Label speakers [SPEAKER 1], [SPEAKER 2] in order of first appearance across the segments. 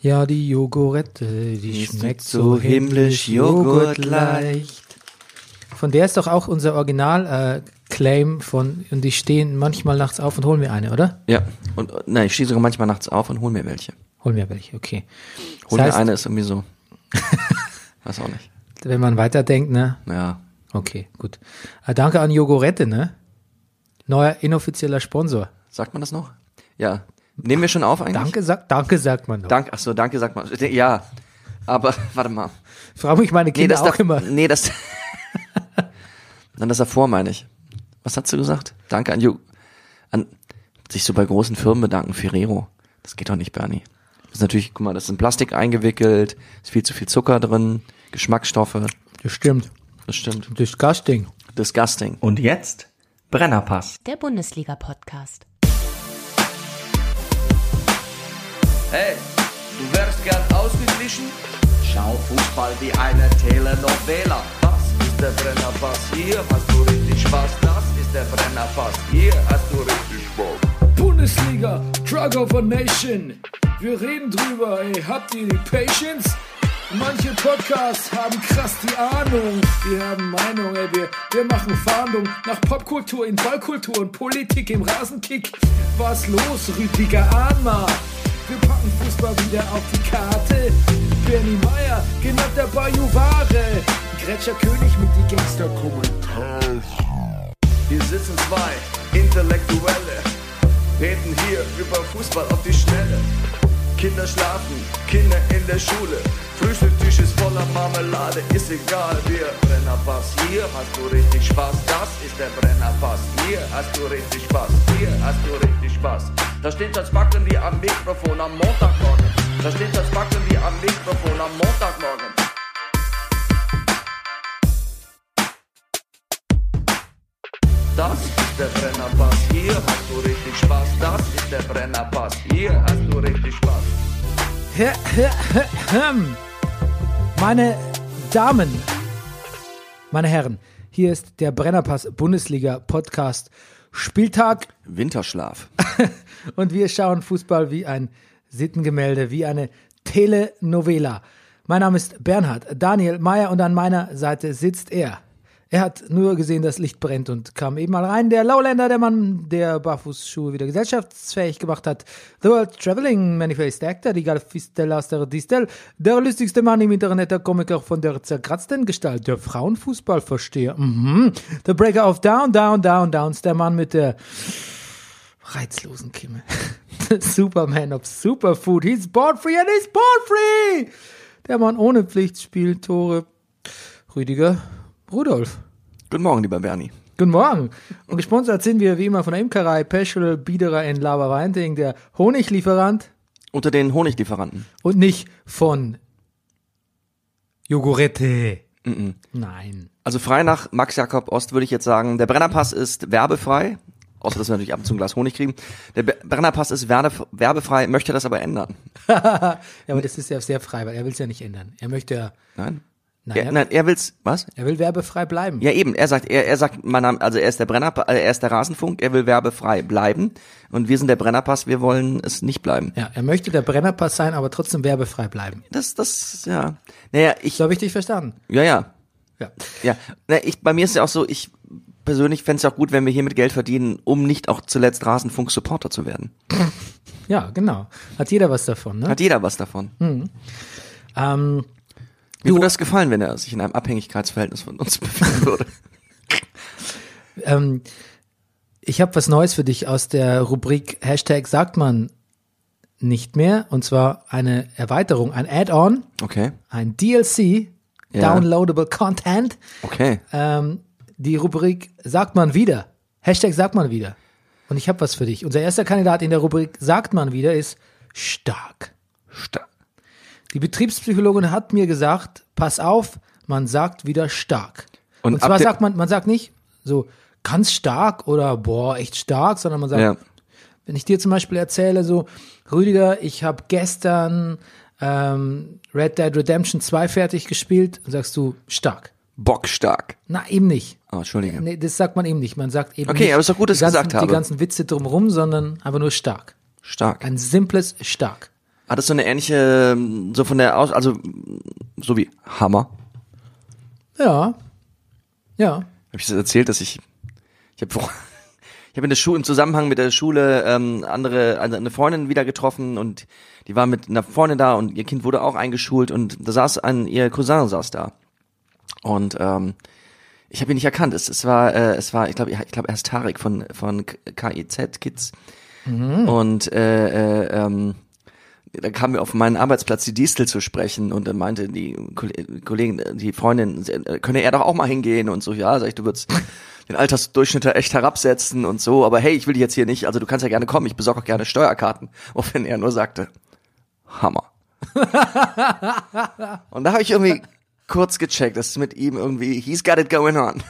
[SPEAKER 1] Ja, die Jogurette, die
[SPEAKER 2] Die
[SPEAKER 1] schmeckt
[SPEAKER 2] schmeckt
[SPEAKER 1] so
[SPEAKER 2] so
[SPEAKER 1] himmlisch
[SPEAKER 2] himmlisch
[SPEAKER 1] joghurtleicht. Von der ist doch auch unser Original-Claim von, und die stehen manchmal nachts auf und holen mir eine, oder?
[SPEAKER 2] Ja, und äh, nein, ich stehe sogar manchmal nachts auf und hol mir welche.
[SPEAKER 1] Hol mir welche, okay. Das
[SPEAKER 2] Hol
[SPEAKER 1] heißt,
[SPEAKER 2] mir eine ist irgendwie so. Weiß auch nicht.
[SPEAKER 1] wenn man weiterdenkt, ne?
[SPEAKER 2] Ja.
[SPEAKER 1] Okay, gut. Ah, danke an Jogurette, ne? Neuer inoffizieller Sponsor.
[SPEAKER 2] Sagt man das noch? Ja. Nehmen wir schon auf eigentlich?
[SPEAKER 1] Danke, sagt, danke sagt man noch.
[SPEAKER 2] Dank, ach so, danke sagt man. Ja. Aber warte mal.
[SPEAKER 1] Frage mich meine Kinder
[SPEAKER 2] das
[SPEAKER 1] auch
[SPEAKER 2] darf,
[SPEAKER 1] immer.
[SPEAKER 2] Nee, das Nein, das davor meine ich. Was hast du gesagt? Danke an Ju an sich so bei großen Firmen bedanken, Ferrero. Das geht doch nicht, Bernie. Das ist natürlich, guck mal, das ist in Plastik eingewickelt, ist viel zu viel Zucker drin, Geschmacksstoffe.
[SPEAKER 1] Das stimmt.
[SPEAKER 2] Das stimmt.
[SPEAKER 1] Disgusting.
[SPEAKER 2] Disgusting.
[SPEAKER 3] Und jetzt Brennerpass.
[SPEAKER 4] Der Bundesliga-Podcast.
[SPEAKER 5] Hey, du wärst gern ausgeglichen? Schau Fußball wie eine Telenovela. Das ist der Brennerpass, hier hast du richtig Spaß. Das ist der Brennerpass, hier hast du richtig Spaß.
[SPEAKER 6] Bundesliga, Drug of a Nation. Wir reden drüber, ey, habt ihr die Patience? Manche Podcasts haben krass die Ahnung. Wir haben Meinung, ey, wir, wir machen Fahndung nach Popkultur in Ballkultur und Politik im Rasenkick. Was los, Rüdiger Ahnma? Wir packen Fußball wieder auf die Karte. Bernie Meyer, genannt der Bayou Ware. Gretscher König mit die Gangster-Kommentare.
[SPEAKER 5] Hier sitzen zwei Intellektuelle, reden hier über Fußball auf die Schnelle. Kinder schlafen, Kinder in der Schule. Frühstücktisch ist voller Marmelade, ist egal, wir Brennerpass. Hier hast du richtig Spaß, das ist der Brennerpass. Hier hast du richtig Spaß, hier hast du richtig Spaß. Da steht das Backen wie am Mikrofon am Montagmorgen. Da steht das Backen wie am Mikrofon am Montagmorgen. Das ist der Brennerpass, hier hast du richtig Spaß. Das ist der Brennerpass, hier hast du richtig Spaß.
[SPEAKER 1] Meine Damen, meine Herren, hier ist der Brennerpass Bundesliga Podcast Spieltag
[SPEAKER 2] Winterschlaf.
[SPEAKER 1] und wir schauen Fußball wie ein Sittengemälde, wie eine Telenovela. Mein Name ist Bernhard Daniel Meyer und an meiner Seite sitzt er. Er hat nur gesehen, dass Licht brennt und kam eben mal rein. Der Lowlander, der Mann, der Barfußschuhe wieder gesellschaftsfähig gemacht hat. The World Traveling Manifest Actor, die Galfistelaster Distel, der lustigste Mann im Internet, der Komiker von der zerkratzten Gestalt, der Frauenfußballversteher, mhm. der Breaker of Down, Down, Down, Downs, der Mann mit der reizlosen Kimme. Superman of Superfood. He's born free and he's born free. Der Mann ohne Pflichtspiel, Tore. Rüdiger Rudolf.
[SPEAKER 2] Guten Morgen, lieber Bernie.
[SPEAKER 1] Guten Morgen. Und gesponsert sind wir wie immer von der Imkerei Peschel Biederer in Laberweinting, der Honiglieferant
[SPEAKER 2] Unter den Honiglieferanten.
[SPEAKER 1] und nicht von Jogurette. Nein.
[SPEAKER 2] Also frei nach Max Jakob Ost würde ich jetzt sagen, der Brennerpass ist werbefrei. Außer, dass wir natürlich ab und zu ein Glas Honig kriegen. Der Be- Brennerpass ist werde- werbefrei, möchte das aber ändern.
[SPEAKER 1] Ja, aber das ist ja sehr frei, weil er will es ja nicht ändern. Er möchte ja,
[SPEAKER 2] Nein?
[SPEAKER 1] Nein,
[SPEAKER 2] er,
[SPEAKER 1] er-
[SPEAKER 2] nein, er will's, was?
[SPEAKER 1] er will werbefrei bleiben.
[SPEAKER 2] Ja, eben, er sagt, er, er sagt, mein Name, also er ist der Brenner, äh, er ist der Rasenfunk, er will werbefrei bleiben. Und wir sind der Brennerpass, wir wollen es nicht bleiben.
[SPEAKER 1] ja er möchte der Brennerpass sein, aber trotzdem werbefrei bleiben.
[SPEAKER 2] Das, das, ja. Naja, ich,
[SPEAKER 1] So habe ich dich verstanden.
[SPEAKER 2] ja, ja,
[SPEAKER 1] Ja.
[SPEAKER 2] ja. Na, ich, bei mir ist ja auch so, ich persönlich fänd's ja auch gut, wenn wir hiermit Geld verdienen, um nicht auch zuletzt Rasenfunk-Supporter zu werden.
[SPEAKER 1] Ja, genau. Hat jeder was davon, ne?
[SPEAKER 2] Hat jeder was davon.
[SPEAKER 1] Ähm,
[SPEAKER 2] Mir würde das gefallen, wenn er sich in einem Abhängigkeitsverhältnis von uns befinden würde.
[SPEAKER 1] ähm, ich habe was Neues für dich aus der Rubrik Hashtag sagt man nicht mehr. Und zwar eine Erweiterung, ein Add-on,
[SPEAKER 2] Okay,
[SPEAKER 1] ein DLC,
[SPEAKER 2] Ja.
[SPEAKER 1] Downloadable Content.
[SPEAKER 2] okay.
[SPEAKER 1] Ähm, die Rubrik sagt man wieder. Hashtag sagt man wieder. Und ich habe was für dich. Unser erster Kandidat in der Rubrik sagt man wieder ist stark.
[SPEAKER 2] Sta-
[SPEAKER 1] Die Betriebspsychologin hat mir gesagt, pass auf, man sagt wieder stark.
[SPEAKER 2] Und
[SPEAKER 1] Und,
[SPEAKER 2] ab
[SPEAKER 1] zwar
[SPEAKER 2] der-
[SPEAKER 1] sagt man, man sagt nicht so ganz stark oder boah, echt stark, sondern man sagt,
[SPEAKER 2] Ja.
[SPEAKER 1] wenn ich dir zum Beispiel erzähle, so, Rüdiger, ich habe gestern ähm, Red Dead Redemption 2 fertig gespielt, dann sagst du stark.
[SPEAKER 2] Bockstark.
[SPEAKER 1] Na, eben nicht.
[SPEAKER 2] Oh, Entschuldige.
[SPEAKER 1] Nee, das sagt man eben nicht. Man sagt eben
[SPEAKER 2] Okay,
[SPEAKER 1] nicht
[SPEAKER 2] aber ist doch gut, dass
[SPEAKER 1] die
[SPEAKER 2] ich
[SPEAKER 1] ganzen,
[SPEAKER 2] gesagt habe.
[SPEAKER 1] die ganzen Witze drumherum, sondern einfach nur stark.
[SPEAKER 2] Stark.
[SPEAKER 1] Ein simples stark.
[SPEAKER 2] Hat das so eine ähnliche, so von der Aus, also so wie Hammer?
[SPEAKER 1] Ja. Ja.
[SPEAKER 2] Habe ich das erzählt, dass ich, ich habe ich hab in der Schule, im Zusammenhang mit der Schule ähm, andere, also eine Freundin wieder getroffen und die war mit einer Freundin da und ihr Kind wurde auch eingeschult und da saß ein, ihr Cousin saß da. Und ähm, ich habe ihn nicht erkannt. Es, es war, äh, es war, ich glaube, ich glaube erst Tarek von von KIZ Kids. Und äh, äh, ähm, da kam mir auf meinen Arbeitsplatz die Distel zu sprechen und dann meinte die Kolle- Kollegin, äh, die Freundin, äh, könne er doch auch mal hingehen und so. Ja, sag ich, du würdest den Altersdurchschnitt da echt herabsetzen und so. Aber hey, ich will dich jetzt hier nicht. Also du kannst ja gerne kommen. Ich besorge auch gerne Steuerkarten. Auch wenn er nur sagte, Hammer. und da habe ich irgendwie kurz gecheckt, dass es mit ihm irgendwie, he's got it going on.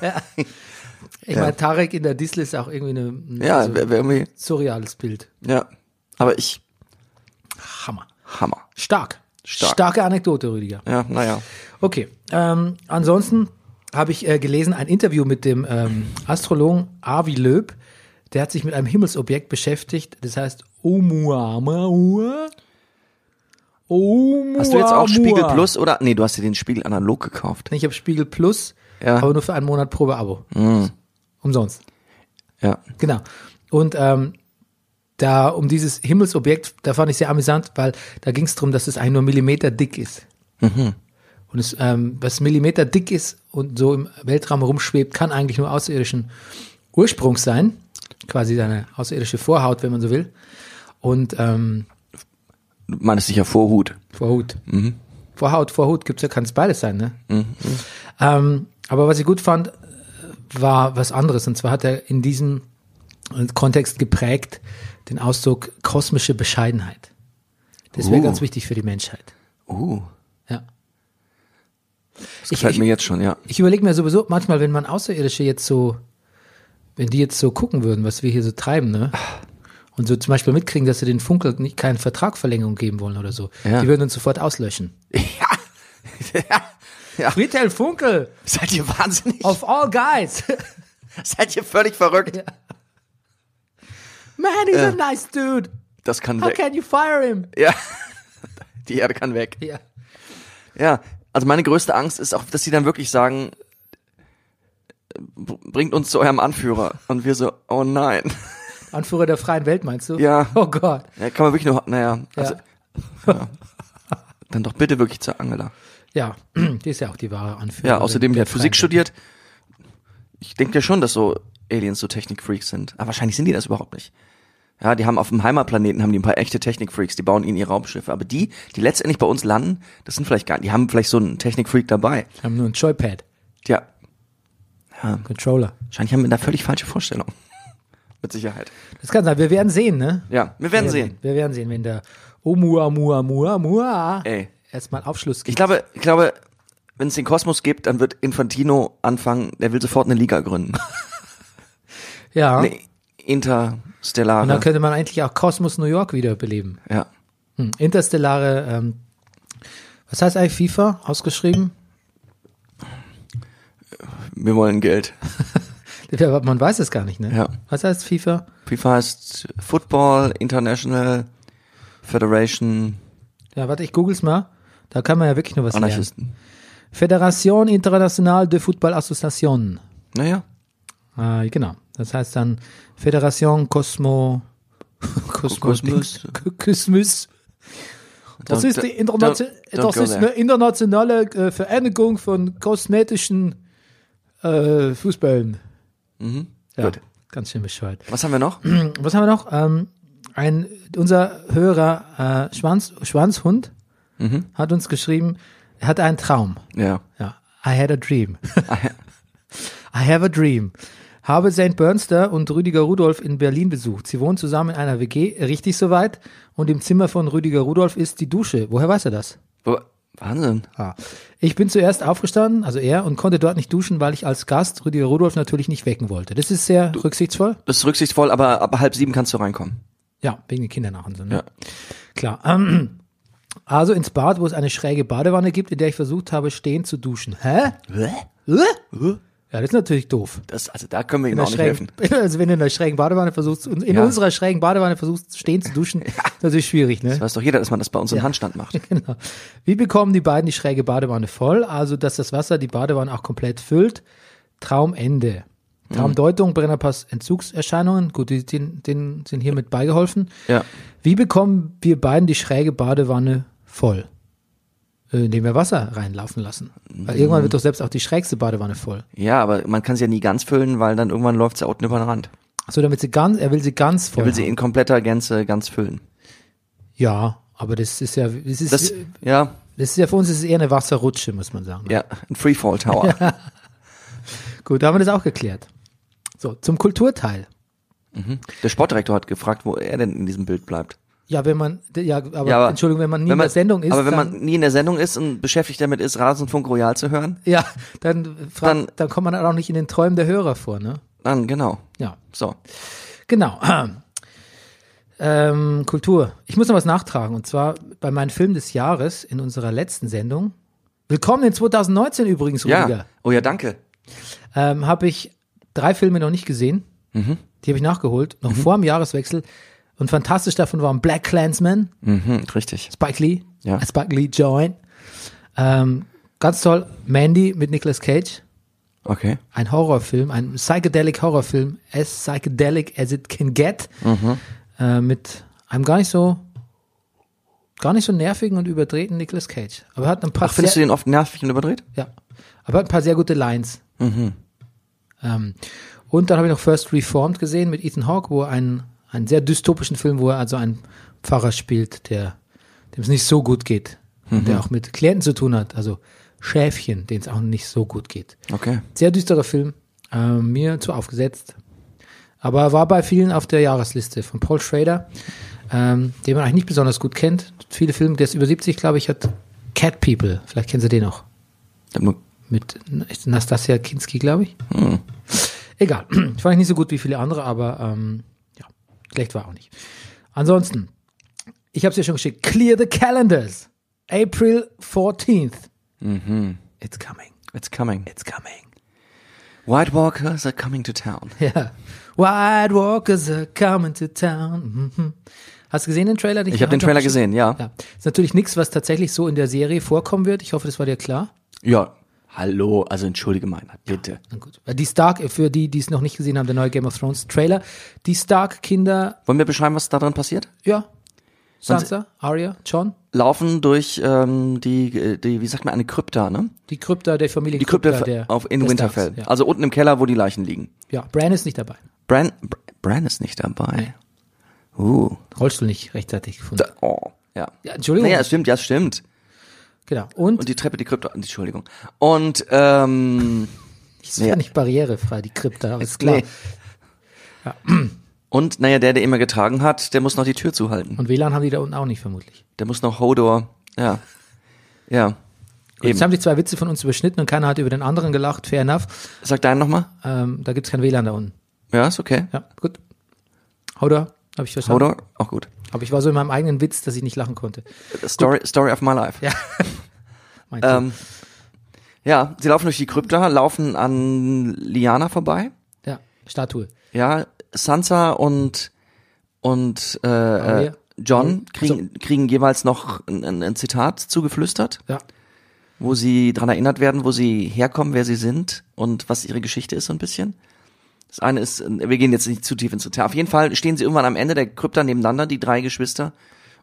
[SPEAKER 1] Ich meine, Tarek in der Distel ist auch irgendwie eine, ein
[SPEAKER 2] Ja,
[SPEAKER 1] also,
[SPEAKER 2] wär- wär irgendwie,
[SPEAKER 1] surreales Bild.
[SPEAKER 2] ja. Aber ich,
[SPEAKER 1] Hammer.
[SPEAKER 2] Hammer.
[SPEAKER 1] Stark.
[SPEAKER 2] Stark.
[SPEAKER 1] Starke Anekdote, Rüdiger.
[SPEAKER 2] Ja, naja.
[SPEAKER 1] Okay. Ähm, ansonsten habe ich äh, gelesen ein Interview mit dem ähm, Astrologen Avi Löb. Der hat sich mit einem Himmelsobjekt beschäftigt, das heißt Oumuamua. Oumuamua.
[SPEAKER 2] Hast du jetzt auch Spiegel Plus oder, nee, du hast dir den Spiegel analog gekauft.
[SPEAKER 1] Ich habe Spiegel Plus,
[SPEAKER 2] Ja.
[SPEAKER 1] aber nur für einen Monat Probeabo. Umsonst.
[SPEAKER 2] Ja.
[SPEAKER 1] Genau. Und ähm, da um dieses Himmelsobjekt, da fand ich sehr amüsant, weil da ging es darum, dass es eigentlich nur Millimeter dick ist. Und es, ähm, was Millimeter dick ist und so im Weltraum rumschwebt, kann eigentlich nur außerirdischen Ursprungs sein. Quasi seine außerirdische Vorhaut, wenn man so will. Und ähm,
[SPEAKER 2] Du meinst sicher Vorhut.
[SPEAKER 1] Vorhut. Vorhaut, Vorhut gibt's ja, kann es beides sein, ne? Ähm, aber was ich gut fand, war was anderes. Und zwar hat er in diesem Kontext geprägt den Ausdruck kosmische Bescheidenheit. Das wäre
[SPEAKER 2] Uh.
[SPEAKER 1] ganz wichtig für die Menschheit.
[SPEAKER 2] Uh,
[SPEAKER 1] Ja.
[SPEAKER 2] das
[SPEAKER 1] Ich,
[SPEAKER 2] gefällt
[SPEAKER 1] ich,
[SPEAKER 2] mir jetzt schon, ja.
[SPEAKER 1] ich überlege mir sowieso manchmal, wenn man Außerirdische jetzt so, wenn die jetzt so gucken würden, was wir hier so treiben, ne? Und so zum Beispiel mitkriegen, dass sie den Funkel nicht keine Vertragverlängerung geben wollen oder so.
[SPEAKER 2] Ja.
[SPEAKER 1] Die würden uns sofort auslöschen.
[SPEAKER 2] ja.
[SPEAKER 1] Friedhelm Funkel
[SPEAKER 2] Seid ihr wahnsinnig?
[SPEAKER 1] of all guys.
[SPEAKER 2] Seid ihr völlig verrückt?
[SPEAKER 1] Man, he's a nice dude.
[SPEAKER 2] Das kann
[SPEAKER 1] How
[SPEAKER 2] weg.
[SPEAKER 1] can you fire him?
[SPEAKER 2] Ja. Die Erde kann weg.
[SPEAKER 1] Ja.
[SPEAKER 2] Ja, also meine größte Angst ist auch, dass sie dann wirklich sagen, b- bringt uns zu eurem Anführer. Und wir so, oh nein.
[SPEAKER 1] Anführer der freien Welt, meinst du?
[SPEAKER 2] Ja.
[SPEAKER 1] Oh Gott.
[SPEAKER 2] Ja, kann man wirklich nur, naja,
[SPEAKER 1] Ja.
[SPEAKER 2] also, ja. dann doch bitte wirklich zur Angela.
[SPEAKER 1] Ja, die ist ja auch die wahre Anführerin.
[SPEAKER 2] Ja, außerdem, die
[SPEAKER 1] Also der
[SPEAKER 2] hat Physik
[SPEAKER 1] freien Welt.
[SPEAKER 2] studiert. Ich denke ja schon, dass so Aliens so Technikfreaks sind. Aber wahrscheinlich sind die das überhaupt nicht. Ja, die haben auf dem Heimatplaneten haben die ein paar echte Technikfreaks, die bauen ihnen ihre Raumschiffe. Aber die, die letztendlich bei uns landen, das sind vielleicht gar nicht, die haben vielleicht so einen Technikfreak dabei.
[SPEAKER 1] Haben nur ein Joypad,
[SPEAKER 2] Tja,
[SPEAKER 1] Controller.
[SPEAKER 2] wahrscheinlich haben wir da völlig falsche Vorstellung. Mit Sicherheit.
[SPEAKER 1] Das kann sein. Wir werden sehen, ne?
[SPEAKER 2] Ja, wir werden sehen.
[SPEAKER 1] Wir werden sehen, wenn der Oumuamua
[SPEAKER 2] Ey.
[SPEAKER 1] erstmal Aufschluss
[SPEAKER 2] Ich
[SPEAKER 1] gibt.
[SPEAKER 2] glaube, ich glaube, wenn es den Kosmos gibt, dann wird Infantino anfangen, der will sofort eine Liga gründen.
[SPEAKER 1] ja.
[SPEAKER 2] Eine interstellare.
[SPEAKER 1] Und dann könnte man eigentlich auch Kosmos New York wieder beleben.
[SPEAKER 2] ja.
[SPEAKER 1] Hm. Interstellare, ähm, was heißt eigentlich FIFA ausgeschrieben?
[SPEAKER 2] Wir wollen Geld.
[SPEAKER 1] Aber Man weiß es gar nicht, ne?
[SPEAKER 2] Ja.
[SPEAKER 1] Was heißt FIFA?
[SPEAKER 2] FIFA heißt Football International Federation
[SPEAKER 1] Ja, warte, ich google's mal. Da kann man ja wirklich nur was lernen.
[SPEAKER 2] Anarchisten.
[SPEAKER 1] Fédération Internationale de Football Association.
[SPEAKER 2] Naja.
[SPEAKER 1] Äh, genau. Das heißt dann Fédération Cosmo.
[SPEAKER 2] Kosmos.
[SPEAKER 1] Dings- K- Kosmos. Das
[SPEAKER 2] Don't-
[SPEAKER 1] ist die
[SPEAKER 2] don't-
[SPEAKER 1] Interna
[SPEAKER 2] don't
[SPEAKER 1] das
[SPEAKER 2] go
[SPEAKER 1] ist
[SPEAKER 2] there.
[SPEAKER 1] eine internationale äh, Vereinigung von kosmetischen äh, Fußballen. Ja,
[SPEAKER 2] Mhm. Gut.
[SPEAKER 1] Ganz schön bescheuert.
[SPEAKER 2] Was haben wir noch?
[SPEAKER 1] Was haben wir noch? Ähm, ein, unser Hörer äh, Schwanz, Schwanzhund hat uns geschrieben, er hat einen Traum.
[SPEAKER 2] Ja.
[SPEAKER 1] Ja. I had a dream. I have a dream. Habe St. Bernster und Rüdiger Rudolf in Berlin besucht. Sie wohnen zusammen in einer WG, richtig soweit. Und im Zimmer von Rüdiger Rudolf ist die Dusche. Woher weiß er das?
[SPEAKER 2] Wo- Wahnsinn.
[SPEAKER 1] Ah. Ich bin zuerst aufgestanden, also er, und konnte dort nicht duschen, weil ich als Gast Rüdiger Rudolf natürlich nicht wecken wollte. Das ist sehr rücksichtsvoll.
[SPEAKER 2] Das ist rücksichtsvoll, aber ab halb sieben kannst du reinkommen.
[SPEAKER 1] Ja, wegen den Kindern auch und so. Ne?
[SPEAKER 2] Ja.
[SPEAKER 1] Klar. Ähm, also ins Bad, wo es eine schräge Badewanne gibt, in der ich versucht habe, stehen zu duschen. Hä? Hä? Hä? Ja, das ist natürlich doof.
[SPEAKER 2] Das, also da können wir
[SPEAKER 1] In
[SPEAKER 2] ihm
[SPEAKER 1] der
[SPEAKER 2] auch nicht helfen.
[SPEAKER 1] schrägen, also wenn du in der schrägen Badewanne versuchst, in in
[SPEAKER 2] Ja.
[SPEAKER 1] unserer schrägen Badewanne versuchst, stehen zu duschen, ist natürlich schwierig, ne?
[SPEAKER 2] Das weiß doch jeder, dass man das bei uns im Handstand macht.
[SPEAKER 1] Genau. Wie bekommen die beiden die schräge Badewanne voll? Also, dass das Wasser die Badewanne auch komplett füllt. Traumende.
[SPEAKER 2] Mhm.
[SPEAKER 1] Traumdeutung, Brennerpass, Entzugserscheinungen. Gut, die, den, den sind hiermit beigeholfen.
[SPEAKER 2] Ja.
[SPEAKER 1] Wie bekommen wir beiden die schräge Badewanne voll? Äh, Indem wir Wasser reinlaufen lassen. Weil
[SPEAKER 2] Mhm.
[SPEAKER 1] irgendwann wird doch selbst auch die schrägste Badewanne voll.
[SPEAKER 2] Ja, aber man kann sie ja nie ganz füllen, weil dann irgendwann läuft sie unten über den Rand.
[SPEAKER 1] So, damit sie ganz, er will sie ganz voll.
[SPEAKER 2] Er will sie
[SPEAKER 1] haben.
[SPEAKER 2] in kompletter Gänze ganz füllen.
[SPEAKER 1] ja, aber das ist ja, das ist, äh,
[SPEAKER 2] Das,
[SPEAKER 1] das,
[SPEAKER 2] ja,
[SPEAKER 1] ist ja für uns ist es eher eine Wasserrutsche, muss man sagen.
[SPEAKER 2] ja, ein Freefall Tower.
[SPEAKER 1] Gut, da haben wir das auch geklärt. So, zum Kulturteil.
[SPEAKER 2] Der Sportdirektor hat gefragt, wo er denn in diesem Bild bleibt.
[SPEAKER 1] Ja, wenn man, ja, aber,
[SPEAKER 2] Ja, aber-
[SPEAKER 1] Entschuldigung, wenn man nie in der Sendung ist,
[SPEAKER 2] aber wenn
[SPEAKER 1] dann,
[SPEAKER 2] man nie in der Sendung ist und beschäftigt damit ist, Rasenfunk Royal zu hören,
[SPEAKER 1] ja, dann, fragt, dann,
[SPEAKER 2] Dann-
[SPEAKER 1] kommt man dann auch nicht in den Träumen der Hörer vor, ne?
[SPEAKER 2] dann genau.
[SPEAKER 1] Ja,
[SPEAKER 2] So.
[SPEAKER 1] genau. Ähm, Kultur. Ich muss noch was nachtragen und zwar bei meinem Film des Jahres in unserer letzten Sendung. Willkommen in 2019 übrigens, Rüdiger.
[SPEAKER 2] Ja. Oh ja, danke.
[SPEAKER 1] ähm, habe ich drei Filme noch nicht gesehen.
[SPEAKER 2] Mhm.
[SPEAKER 1] Die habe ich nachgeholt, noch vor dem Jahreswechsel. Und fantastisch davon waren Black Clansman,
[SPEAKER 2] Mhm, richtig.
[SPEAKER 1] Spike Lee,
[SPEAKER 2] Ja.
[SPEAKER 1] äh, Spike Lee Joint. Ähm, ganz toll, Mandy mit Nicolas Cage.
[SPEAKER 2] Okay.
[SPEAKER 1] Ein Horrorfilm, ein psychedelic Horrorfilm, as psychedelic as it can get.
[SPEAKER 2] Mhm.
[SPEAKER 1] Äh, mit einem gar nicht so gar nicht so nervigen und überdrehten Nicolas Cage. Aber er hat ein paar
[SPEAKER 2] Ach, findest
[SPEAKER 1] sehr-
[SPEAKER 2] du den oft nervig und überdreht?
[SPEAKER 1] ja. Aber hat ein paar sehr gute Lines.
[SPEAKER 2] Mhm.
[SPEAKER 1] Ähm, und dann habe ich noch First Reformed gesehen mit Ethan Hawke, wo er einen, einen sehr dystopischen Film, wo er also einen Pfarrer spielt, der dem es nicht so gut geht. Und
[SPEAKER 2] Mhm.
[SPEAKER 1] der auch mit Klienten zu tun hat, also Schäfchen, denen es auch nicht so gut geht.
[SPEAKER 2] Okay.
[SPEAKER 1] Sehr düsterer Film, ähm, mir zu aufgesetzt. Aber er war bei vielen auf der Jahresliste von Paul Schrader, ähm, den man eigentlich nicht besonders gut kennt. Viele Filme, der ist über 70, glaube ich, hat Cat People, vielleicht kennen Sie den noch
[SPEAKER 2] Dann mu-
[SPEAKER 1] mit Nastasia Kinski, glaube ich. Egal. Fand ich nicht so gut wie viele andere, aber ähm, ja, schlecht war auch nicht. Ansonsten, ich habe es ja schon geschickt. Clear the calendars. April 14th. It's coming.
[SPEAKER 2] It's coming.
[SPEAKER 1] It's coming.
[SPEAKER 2] White Walkers are coming to town.
[SPEAKER 1] Ja. White Walkers are coming to town. Mhm. Hast du gesehen den Trailer?
[SPEAKER 2] Ich habe den Trailer gesehen, ja.
[SPEAKER 1] Ja. Ist natürlich nichts, was tatsächlich so in der Serie vorkommen wird. Ich hoffe, das war dir klar.
[SPEAKER 2] Ja. Hallo, also entschuldige meine, bitte.
[SPEAKER 1] Na gut. Die Stark, für die, die es noch nicht gesehen haben, der neue Game of Thrones Trailer. Die Stark-Kinder,
[SPEAKER 2] Wollen wir beschreiben, was daran passiert?
[SPEAKER 1] ja. Sansa, Arya, John,
[SPEAKER 2] Laufen durch ähm, die, äh, die, wie sagt man, eine Krypta, ne?
[SPEAKER 1] die Krypta der Familie.
[SPEAKER 2] Die Krypta auf, in Winterfell.
[SPEAKER 1] Starks, ja.
[SPEAKER 2] Also unten im Keller, wo die Leichen liegen.
[SPEAKER 1] ja, Bran ist nicht dabei.
[SPEAKER 2] Bran, Br- Bran ist nicht dabei. Uh.
[SPEAKER 1] Rollstuhl nicht rechtzeitig gefunden.
[SPEAKER 2] Da, oh. Ja.
[SPEAKER 1] Ja, Entschuldigung.
[SPEAKER 2] Naja, es stimmt, ja, es stimmt.
[SPEAKER 1] genau. Und,
[SPEAKER 2] Und die Treppe, die Krypta, Entschuldigung. Und, ähm,
[SPEAKER 1] die ist ja nicht barrierefrei, die Krypta, aber ist klar.
[SPEAKER 2] Nee. und naja, der, der immer getragen hat, der muss noch die Tür zuhalten.
[SPEAKER 1] Und WLAN haben die da unten auch nicht vermutlich.
[SPEAKER 2] Der muss noch Hodor, ja. Ja.
[SPEAKER 1] Gut, Jetzt
[SPEAKER 2] Eben.
[SPEAKER 1] haben sich zwei Witze von uns überschnitten und keiner hat über den anderen gelacht, fair enough.
[SPEAKER 2] Sag deinen nochmal.
[SPEAKER 1] Ähm, da gibt's kein WLAN da unten.
[SPEAKER 2] Ja, ist okay.
[SPEAKER 1] Ja, gut. Hodor, habe ich verstanden.
[SPEAKER 2] Hodor, auch gut.
[SPEAKER 1] Aber ich war so in meinem eigenen Witz, dass ich nicht lachen konnte.
[SPEAKER 2] Story, Story of my life.
[SPEAKER 1] Ja. Mein Gott.
[SPEAKER 2] Ähm, ja, sie laufen durch die Krypta, laufen an Liana vorbei.
[SPEAKER 1] ja, Statue.
[SPEAKER 2] Ja, Sansa und und äh, äh,
[SPEAKER 1] Arya?
[SPEAKER 2] John kriegen, kriegen jeweils noch ein, ein, ein Zitat zugeflüstert,
[SPEAKER 1] Ja.
[SPEAKER 2] wo sie dran erinnert werden, wo sie herkommen, wer sie sind und was ihre Geschichte ist so ein bisschen. Das eine ist, äh, wir gehen jetzt nicht zu tief ins Detail. Auf jeden Fall stehen sie irgendwann am Ende der Krypta nebeneinander, die drei Geschwister,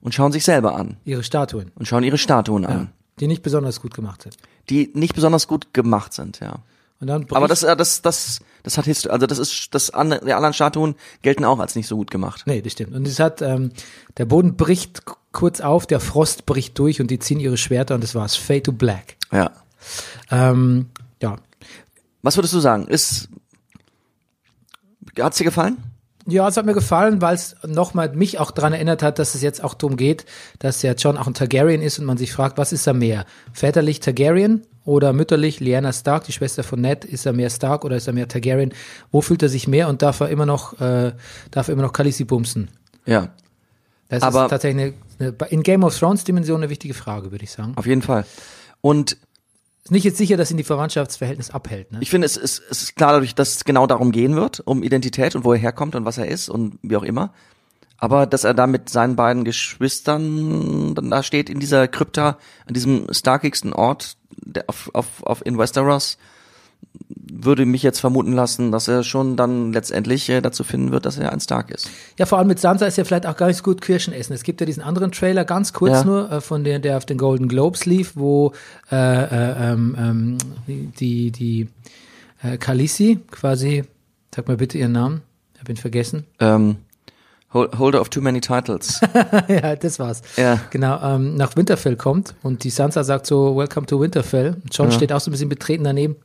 [SPEAKER 2] und schauen sich selber an
[SPEAKER 1] Ihre Statuen,
[SPEAKER 2] und schauen ihre Statuen an,
[SPEAKER 1] die nicht besonders gut gemacht sind.
[SPEAKER 2] die nicht besonders gut gemacht sind, ja.
[SPEAKER 1] Und dann bricht-
[SPEAKER 2] Aber das, äh, das, das, das hat Histo also das ist, das andere, die anderen Statuen gelten auch als nicht so gut gemacht.
[SPEAKER 1] Nee, das stimmt. Und es hat, ähm, der Boden bricht k- kurz auf, der Frost bricht durch und die ziehen ihre Schwerter und das war's. Fade to Black.
[SPEAKER 2] Ja.
[SPEAKER 1] Ähm, ja.
[SPEAKER 2] Was würdest du sagen? Ist hat's dir gefallen?
[SPEAKER 1] Ja, es hat mir gefallen, weil es nochmal mich auch dran erinnert hat, dass es jetzt auch darum geht, dass ja John auch ein Targaryen ist und man sich fragt, was ist er mehr? Väterlich Targaryen oder mütterlich Lyanna Stark, die Schwester von Ned, ist er mehr Stark oder ist er mehr Targaryen? Wo fühlt er sich mehr und darf er immer noch, äh, darf er immer noch Khaleesi bumsen?
[SPEAKER 2] Ja,
[SPEAKER 1] Das
[SPEAKER 2] Aber-
[SPEAKER 1] ist tatsächlich eine, eine, in Game of Thrones Dimension eine wichtige Frage, würde ich sagen.
[SPEAKER 2] auf jeden Fall. Und
[SPEAKER 1] Ist nicht jetzt sicher, dass ihn die Verwandtschaftsverhältnis abhält, ne?
[SPEAKER 2] Ich finde, es ist, es ist klar dadurch, dass es genau darum gehen wird, um Identität und wo er herkommt und was er ist und wie auch immer. Aber dass er da mit seinen beiden Geschwistern dann da steht in dieser Krypta, an diesem starkigsten Ort der, auf, auf, auf in Westeros, würde mich jetzt vermuten lassen, dass er schon dann letztendlich äh, dazu finden wird, dass er ein Stark ist.
[SPEAKER 1] Ja, vor allem mit Sansa ist ja vielleicht auch gar nicht so gut Kirschen essen. Es gibt ja diesen anderen Trailer, ganz kurz
[SPEAKER 2] Ja.
[SPEAKER 1] nur, äh, von der, der auf den Golden Globes lief, wo äh, äh, ähm, ähm, die, die äh, Khaleesi quasi, sag mal bitte ihren Namen, ich hab ihn vergessen.
[SPEAKER 2] Ähm, Hol- Holder of too many titles.
[SPEAKER 1] ja, das war's.
[SPEAKER 2] Ja.
[SPEAKER 1] Genau, ähm, nach Winterfell kommt und die Sansa sagt so, Welcome to Winterfell. Und John steht auch so ein bisschen betreten daneben.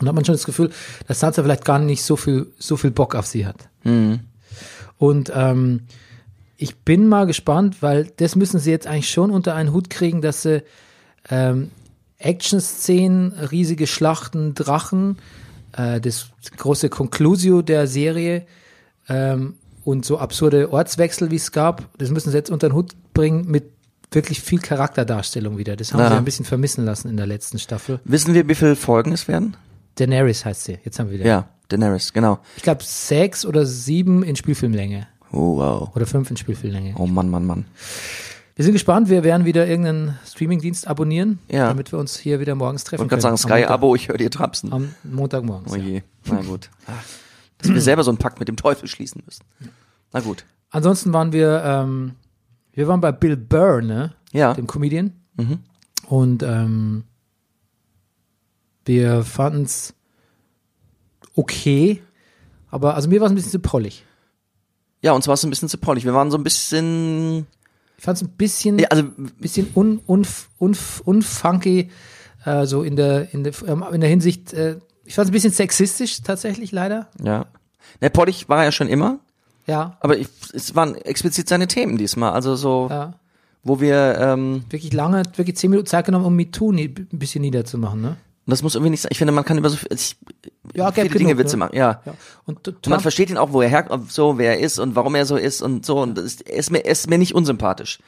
[SPEAKER 1] Und hat man schon das Gefühl, dass Sansa vielleicht gar nicht so viel, so viel Bock auf sie hat.
[SPEAKER 2] Mhm.
[SPEAKER 1] Und ähm, ich bin mal gespannt, weil das müssen sie jetzt eigentlich schon unter einen Hut kriegen, dass sie ähm, Action-Szenen, riesige Schlachten, Drachen, äh, das große Conclusio der Serie ähm, und so absurde Ortswechsel, wie es gab, das müssen sie jetzt unter den Hut bringen mit wirklich viel Charakterdarstellung wieder. Das haben
[SPEAKER 2] Ja.
[SPEAKER 1] sie ein bisschen vermissen lassen in der letzten Staffel.
[SPEAKER 2] Wissen wir, wie viele Folgen es werden?
[SPEAKER 1] Daenerys heißt sie. Jetzt haben wir wieder.
[SPEAKER 2] Ja, Daenerys, genau.
[SPEAKER 1] Ich glaube sechs oder sieben in Spielfilmlänge
[SPEAKER 2] Oh, wow.
[SPEAKER 1] oder fünf in Spielfilmlänge.
[SPEAKER 2] Oh Mann, Mann, Mann.
[SPEAKER 1] Wir sind gespannt. Wir werden wieder irgendeinen Streamingdienst abonnieren,
[SPEAKER 2] Ja.
[SPEAKER 1] damit wir uns hier wieder morgens treffen
[SPEAKER 2] Ich wollte
[SPEAKER 1] können.
[SPEAKER 2] gerade sagen, Sky-Abo, ich höre dir
[SPEAKER 1] Am
[SPEAKER 2] trapsen.
[SPEAKER 1] Montag- Am Montagmorgens.
[SPEAKER 2] Oh
[SPEAKER 1] ja.
[SPEAKER 2] je, na gut. Ach, Dass wir selber so einen Pakt mit dem Teufel schließen müssen. Na gut.
[SPEAKER 1] Ansonsten waren wir, ähm, wir waren bei Bill Burr, ne?
[SPEAKER 2] Ja.
[SPEAKER 1] Dem Comedian.
[SPEAKER 2] Ah. Mhm.
[SPEAKER 1] Und ähm, wir fanden es okay, aber also mir war es ein bisschen zu pollig.
[SPEAKER 2] Ja, uns war es ein bisschen zu pollig. Wir waren so ein bisschen,
[SPEAKER 1] Ich fand es ein bisschen,
[SPEAKER 2] ja, also
[SPEAKER 1] bisschen un, un, un, unfunky, äh, so in der, in der, ähm, in der Hinsicht, äh, ich fand es ein bisschen sexistisch tatsächlich, leider.
[SPEAKER 2] Ja. Ne, Pollig war er ja schon immer,
[SPEAKER 1] Ja,
[SPEAKER 2] aber ich, es waren explizit seine Themen diesmal. Also so,
[SPEAKER 1] ja.
[SPEAKER 2] wo wir, ähm,
[SPEAKER 1] Wirklich lange, wirklich zehn Minuten Zeit genommen, um MeToo nie, ein bisschen niederzumachen, ne?
[SPEAKER 2] das muss irgendwie nicht sein. Ich finde, man kann über so viel- ich,
[SPEAKER 1] Ja,
[SPEAKER 2] viele
[SPEAKER 1] geht
[SPEAKER 2] Dinge
[SPEAKER 1] genug,
[SPEAKER 2] Witze
[SPEAKER 1] ne?
[SPEAKER 2] machen. Ja.
[SPEAKER 1] Ja. Und Trump,
[SPEAKER 2] Und man versteht ihn auch, wo er herkommt, so, wer er ist und warum er so ist und so. Und das ist, er ist mir, er ist mir nicht unsympathisch.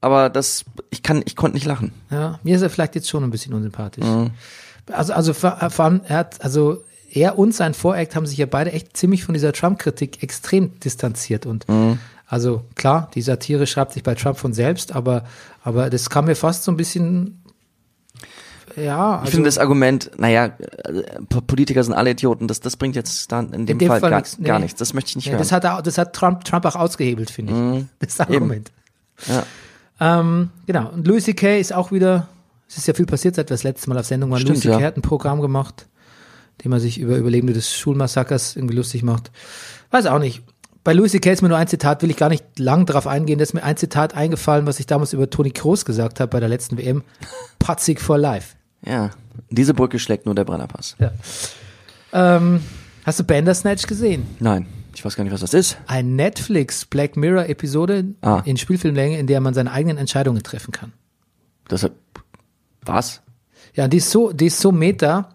[SPEAKER 2] Aber das, ich kann, ich konnte nicht lachen.
[SPEAKER 1] Ja, mir ist er vielleicht jetzt schon ein bisschen unsympathisch.
[SPEAKER 2] Mhm.
[SPEAKER 1] Also, also vor vor allem, er hat, also er und sein Voreact haben sich ja beide echt ziemlich von dieser Trump-Kritik extrem distanziert und
[SPEAKER 2] Mhm.
[SPEAKER 1] also klar, die Satire schreibt sich bei Trump von selbst, aber, aber das kam mir fast so ein bisschen, ja, also
[SPEAKER 2] Ich finde das Argument, naja, äh, Politiker sind alle Idioten, das, das bringt jetzt dann in dem,
[SPEAKER 1] dem
[SPEAKER 2] Fall,
[SPEAKER 1] Fall
[SPEAKER 2] gar,
[SPEAKER 1] nix, nee.
[SPEAKER 2] gar nichts. Das möchte ich nicht
[SPEAKER 1] ja,
[SPEAKER 2] hören.
[SPEAKER 1] das hat, er- das hat Trump, Trump auch ausgehebelt, finde ich, das Argument.
[SPEAKER 2] Mhm. Ja.
[SPEAKER 1] Ähm, genau, und Louis C.K. ist auch wieder, es ist ja viel passiert, seit wir das letzte Mal auf Sendung waren. Louis
[SPEAKER 2] Stimmt,
[SPEAKER 1] C.K.
[SPEAKER 2] ja.
[SPEAKER 1] hat ein Programm gemacht, in dem er sich über Überlebende des Schulmassakers irgendwie lustig macht. Weiß auch nicht. Bei Louis C.K. ist mir nur ein Zitat, will ich gar nicht lang drauf eingehen, da ist mir ein Zitat eingefallen, was ich damals über Toni Kroos gesagt habe bei der letzten WM. Patzig for life.
[SPEAKER 2] ja. Diese Brücke schlägt nur der Brennerpass.
[SPEAKER 1] Ja. Ähm, hast du Bandersnatch gesehen?
[SPEAKER 2] Nein. Ich weiß gar nicht, was das ist.
[SPEAKER 1] Ein Netflix Black Mirror Episode
[SPEAKER 2] Ah.
[SPEAKER 1] in Spielfilmlänge, in der man seine eigenen Entscheidungen treffen kann.
[SPEAKER 2] Das hat, was?
[SPEAKER 1] Ja, die ist so, die ist so meta,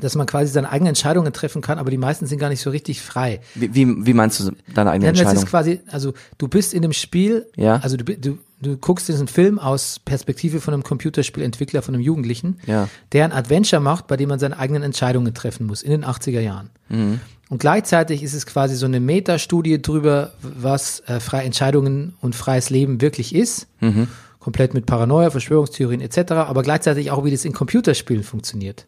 [SPEAKER 1] dass man quasi seine eigenen Entscheidungen treffen kann, aber die meisten sind gar nicht so richtig frei.
[SPEAKER 2] Wie, wie, wie meinst du deine eigene
[SPEAKER 1] Ja, das
[SPEAKER 2] Entscheidung?
[SPEAKER 1] ist quasi, also du bist in dem Spiel,
[SPEAKER 2] Ja.
[SPEAKER 1] also du, bi- du, du guckst diesen Film aus Perspektive von einem Computerspielentwickler, von einem Jugendlichen,
[SPEAKER 2] Ja.
[SPEAKER 1] der ein Adventure macht, bei dem man seine eigenen Entscheidungen treffen muss in den 80er Jahren.
[SPEAKER 2] Mhm.
[SPEAKER 1] Und gleichzeitig ist es quasi so eine Metastudie drüber, was äh, freie Entscheidungen und freies Leben wirklich ist.
[SPEAKER 2] Mhm.
[SPEAKER 1] Komplett mit Paranoia, Verschwörungstheorien etc., aber gleichzeitig auch, wie das in Computerspielen funktioniert.